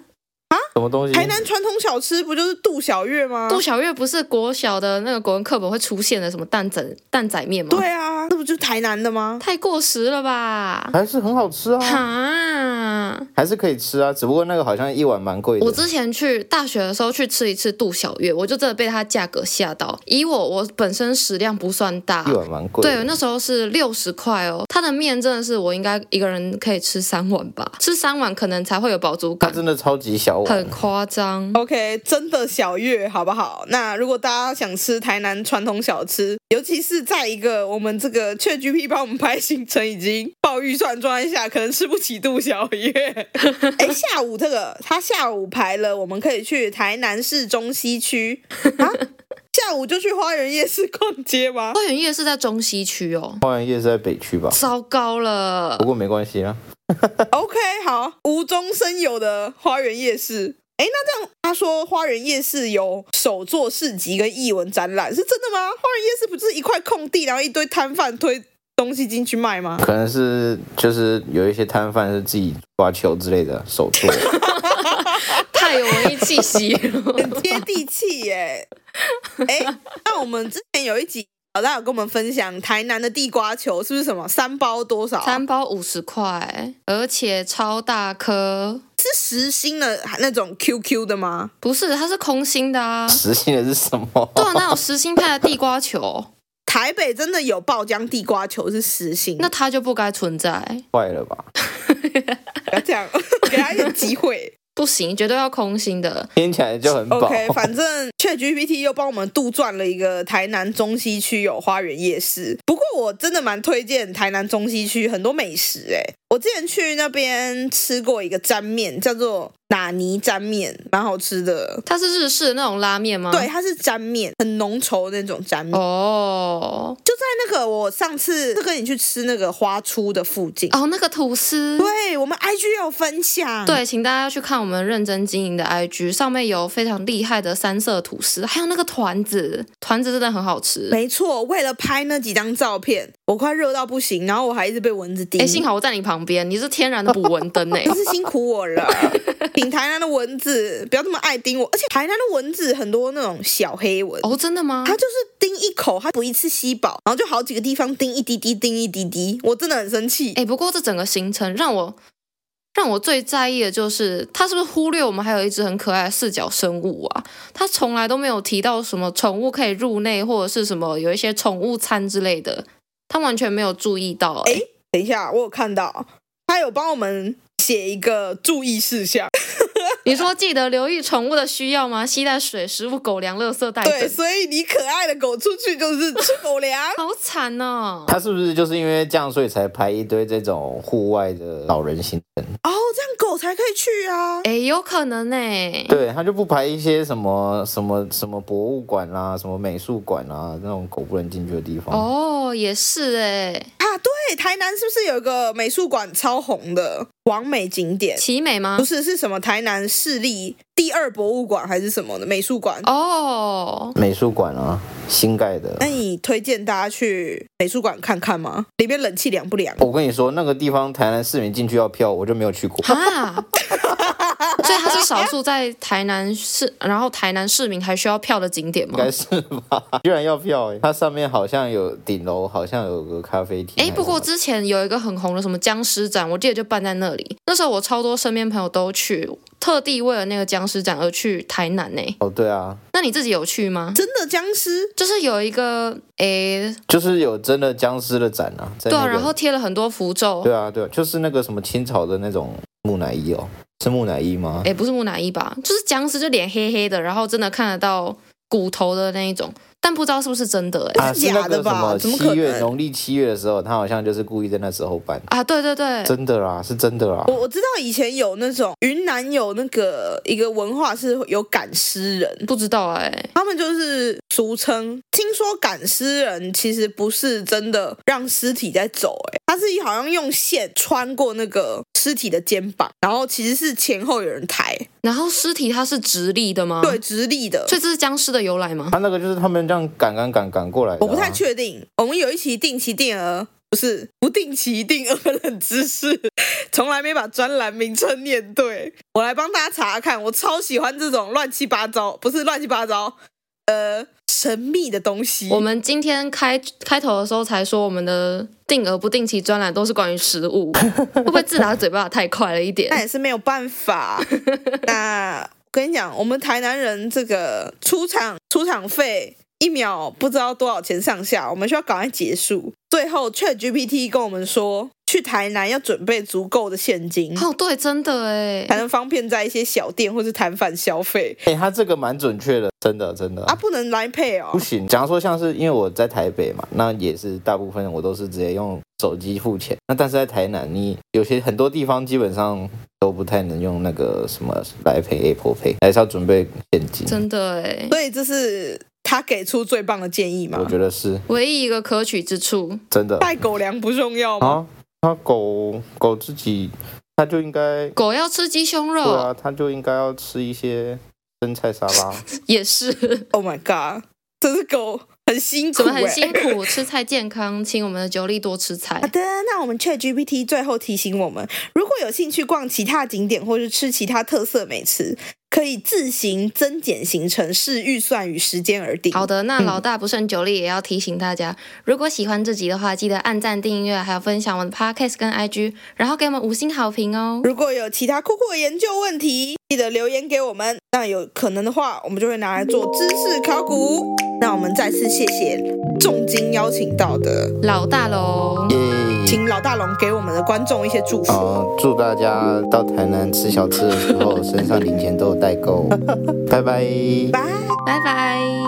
[SPEAKER 3] 什么东西？
[SPEAKER 2] 台南传统小吃不就是杜小月吗？
[SPEAKER 1] 杜小月不是国小的那个国文课本会出现的什么蛋仔蛋仔面吗？，
[SPEAKER 2] 对啊，那不就是台南的吗？
[SPEAKER 1] 太过时了吧？
[SPEAKER 3] 还是很好吃
[SPEAKER 2] 嗯
[SPEAKER 3] 啊，
[SPEAKER 1] 哈，
[SPEAKER 3] 还是可以吃啊，只不过那个好像一碗蛮贵的。
[SPEAKER 1] 我之前去大学的时候去吃一次杜小月，我就真的被它价格吓到。以我我本身食量不算大
[SPEAKER 3] 一，碗蛮贵的。
[SPEAKER 1] 啊对，那时候是六十块哦。它的面真的是我应该一个人可以吃三碗吧，吃三碗可能才会有饱足
[SPEAKER 3] 它
[SPEAKER 1] 感，
[SPEAKER 3] 真的超级小碗
[SPEAKER 1] 很，夸张。
[SPEAKER 2] OK，真的小月好不好？那如果大家想吃台南传统小吃，尤其是在一个我们这个 ChatGPT 帮我们排行程已经报预算状态下，可能吃不起杜小月。哎，下午这个他下午排了，我们可以去台南市中西区啊，下午就去花园夜市逛街吗？
[SPEAKER 1] 花园夜市在中西区哦，
[SPEAKER 3] 花园夜市在北区吧，
[SPEAKER 1] 糟糕了
[SPEAKER 3] 不。过没关系啊。
[SPEAKER 2] OK，好，无中生有的花园夜市。哎，那这样他说花园夜市有手作市集跟艺文展览，是真的吗？花园夜市不就是一块空地，然后一堆摊贩推东西进去卖吗？
[SPEAKER 3] 可能是就是有一些摊贩是自己抓球之类的手 作，
[SPEAKER 1] 太有文艺气息了。
[SPEAKER 2] 很接地气耶！哎，那我们之前有一集老大有跟我们分享台南的地瓜球是不是什么三包多少 啊？
[SPEAKER 1] 三包五十块，而且超大颗，
[SPEAKER 2] 是实心的那种 QQ 的吗？
[SPEAKER 1] 不是，它是空心的啊。
[SPEAKER 3] 实心的是什么？
[SPEAKER 1] 对啊，那有实心派的地瓜 球，
[SPEAKER 2] 台北真的有爆浆地瓜球是实心，
[SPEAKER 1] 那它就不该存在，
[SPEAKER 3] 坏了吧？
[SPEAKER 2] 不要这样， 给他一点机会。
[SPEAKER 1] 不行，绝对要空心的。
[SPEAKER 3] 听起来就很饱。
[SPEAKER 2] OK，反正 ChatGPT 又帮我们杜撰了一个台南中西区有花园夜市。不过我真的蛮推荐台南中西区很多美食诶、我之前去那边吃过一个沾面，叫做哪尼沾面，蛮好吃的。
[SPEAKER 1] 它是日式的那种拉面吗？
[SPEAKER 2] 对，。它是沾面，很浓稠的那种沾面。
[SPEAKER 1] 哦
[SPEAKER 2] 就在那个我上次是跟你去吃那个花出的附近。
[SPEAKER 1] 哦，那个吐司。
[SPEAKER 2] 对，我们 IG 有分享。
[SPEAKER 1] 对，请大家去看我们认真经营的 IG，上面有非常厉害的三色吐司，还有那个团子，团子真的很好吃。
[SPEAKER 2] 没错，为了拍那几张照片，我快热到不行，然后我还一直被蚊子叮。
[SPEAKER 1] 哎，幸好我在你旁边，你是天然的捕蚊灯 哎、
[SPEAKER 2] 真是辛苦我了，请台南的蚊子不要这么爱叮我，而且台南的蚊子很多那种小黑蚊，
[SPEAKER 1] 哦，真的吗？
[SPEAKER 2] 它就是叮一口，它不一次吸饱，然后就好几个地方叮一滴滴，叮一滴滴，我真的很生气。
[SPEAKER 1] 哎、不过这整个行程让我让我最在意的就是，他是不是忽略我们还有一只很可爱的四脚生物啊？他从来都没有提到什么宠物可以入内，或者是什么有一些宠物餐之类的，他完全没有注意到、欸。
[SPEAKER 2] 诶等一下，我有看到他有帮我们写一个注意事项，
[SPEAKER 1] 你说记得留意宠物的需要吗？携带水、食物、狗粮、垃圾袋
[SPEAKER 2] 对，
[SPEAKER 1] 等。。
[SPEAKER 2] 所以你可爱的狗出去就是吃狗粮
[SPEAKER 1] 好惨哦！
[SPEAKER 3] 他是不是就是因为这样，所以才排一堆这种户外的老人行
[SPEAKER 1] 嗯
[SPEAKER 3] 程？
[SPEAKER 2] 哦，这样狗才可以去啊。
[SPEAKER 1] 哎，有可能呢、
[SPEAKER 3] 对他就不排一些什么什么什么博物馆啦、什么美术馆啦那种狗不能进去的地方。
[SPEAKER 1] 哦，也是哎、
[SPEAKER 2] 啊，对，台南是不是有一个美术馆超红的完美景点？
[SPEAKER 1] 奇美吗
[SPEAKER 2] 不？是，是什么台南市立第二博物馆还是什么的美术馆？
[SPEAKER 1] 哦，
[SPEAKER 3] 美术馆啊，新盖的
[SPEAKER 2] 那。你推荐大家去美术馆看看吗？里面冷气凉不凉？
[SPEAKER 3] 我跟你说，那个地方台南市民进去要票，我就没有去过。
[SPEAKER 1] 啊！所以它是少数在台南市， 然后台南市民还需要票的景点
[SPEAKER 3] 应
[SPEAKER 1] 吗？
[SPEAKER 3] 该是吧？居然要票、欸，它上面好像有顶楼，好像有个咖啡厅。
[SPEAKER 1] 哎，不过之前有一个很红的什么僵尸展，我记得就办在那里。那时候我超多身边朋友都去，特地为了那个僵尸展而去台南呢、
[SPEAKER 3] 哦，对啊，
[SPEAKER 1] 那你自己有去
[SPEAKER 3] 嗯
[SPEAKER 1] 吗？
[SPEAKER 2] 真的僵尸？
[SPEAKER 1] 就是有一个诶，
[SPEAKER 3] 就是有真的僵尸的展啊，在
[SPEAKER 1] 对
[SPEAKER 3] 那
[SPEAKER 1] 啊，
[SPEAKER 3] 个
[SPEAKER 1] 然后贴了很多符咒，
[SPEAKER 3] 对啊对啊，就是那个什么清朝的那种木乃伊哦，是木乃伊吗？
[SPEAKER 1] 诶，不是木乃伊吧？就是僵尸，就脸黑黑的，然后真的看得到骨头的那一种。但不知道是不是真的哎、
[SPEAKER 3] 啊，是那个
[SPEAKER 2] 假的
[SPEAKER 3] 什
[SPEAKER 2] 吧
[SPEAKER 3] 么
[SPEAKER 2] 怎么可
[SPEAKER 3] 七月
[SPEAKER 2] 能
[SPEAKER 3] 农历七月的时候，他好像就是故意在那时候办，
[SPEAKER 1] 啊，对对对，
[SPEAKER 3] 真的啦，是真的啦
[SPEAKER 2] 我。我知道以前有那种云南有那个一个文化是有赶尸人，
[SPEAKER 1] 不知道哎、
[SPEAKER 2] 他们就是俗称，听说赶尸人其实不是真的让尸体在走、欸，他是好像用线穿过那个尸体的肩膀，然后其实是前后有人抬，
[SPEAKER 1] 然后尸体它是直立的吗？
[SPEAKER 2] 对，，直立的
[SPEAKER 1] 所。以这是僵尸的由来吗？
[SPEAKER 3] 他那个就是他们这样赶赶赶赶过来的啊、
[SPEAKER 2] 我不太确定，我们有一期定期定额。不是不定期定额冷知识， 从来没把专栏名称念对。我来帮大家查看，我超喜欢这种乱七八糟，不是乱七八糟，呃，神秘的东西。
[SPEAKER 1] 我们今天开开头的时候才说，我们的定额不定期专栏都是关于食 物，会不会自打嘴巴打太快了一
[SPEAKER 2] 那
[SPEAKER 3] 哎
[SPEAKER 1] 点？
[SPEAKER 2] 也是没有办法。 那我跟你讲，我们台南人这个出场出场费一秒不知道多少钱上下，我们需要赶快结束。最后，ChatGPT 跟我们说，去台南要准备足够的现金。
[SPEAKER 1] 哦，对，真的哎
[SPEAKER 2] 才，能方便在一些小店或是摊贩消费
[SPEAKER 3] 哎、他这个蛮准确的，真的真的
[SPEAKER 1] 嗯
[SPEAKER 2] 啊，不能来配哦
[SPEAKER 3] 不。行，假如说像是因为我在台北嘛，那也是大部分我都是直接用手机付钱。那但是在台南，你有些很多地方基本上都不太能用那个什么来配 Apple Pay，还是要准备现金。
[SPEAKER 1] 真的哎，
[SPEAKER 2] 所以这是他给出最棒的建议
[SPEAKER 3] 我
[SPEAKER 2] 嘛？
[SPEAKER 3] 觉得是
[SPEAKER 1] 唯一一个可取之处，
[SPEAKER 3] 真的
[SPEAKER 2] 带狗粮不重要吗？
[SPEAKER 3] 啊。他狗狗自己，它就应该
[SPEAKER 1] 狗要吃鸡胸肉、
[SPEAKER 3] 对啊，它就应该要吃一些生菜沙拉。
[SPEAKER 1] 也
[SPEAKER 3] 哎
[SPEAKER 1] 是，
[SPEAKER 2] Oh my god，这只狗很辛苦、
[SPEAKER 1] 怎
[SPEAKER 2] 欸，
[SPEAKER 1] 么很辛苦？吃菜健康，请我们的九力多吃菜
[SPEAKER 2] 好。的，那我们 ChatGPT 最后提醒我们，如果有兴趣逛其他景点或是吃其他特色美食，可以自行增减行程，视预算与时间而定。
[SPEAKER 1] 好，的，那老大不胜酒力也要提醒大家，如果喜欢这集的话，记得按赞、订阅，还有分享我们的 podcast 跟 IG，然后给我们五星好评哦。
[SPEAKER 2] 如果有其他酷酷的研究问题，记得留言给我们。那有可能的话，我们就会拿来做知识考古。那我们再次谢谢重金邀请到的，
[SPEAKER 1] 老大喽，
[SPEAKER 3] 耶、
[SPEAKER 1] 嗯
[SPEAKER 2] 请老大龙给我们的观众一些祝福。
[SPEAKER 3] 呃，祝大家到台南 吃小吃的时候，身上零钱都有代购。拜拜。
[SPEAKER 2] 拜。
[SPEAKER 1] 拜拜。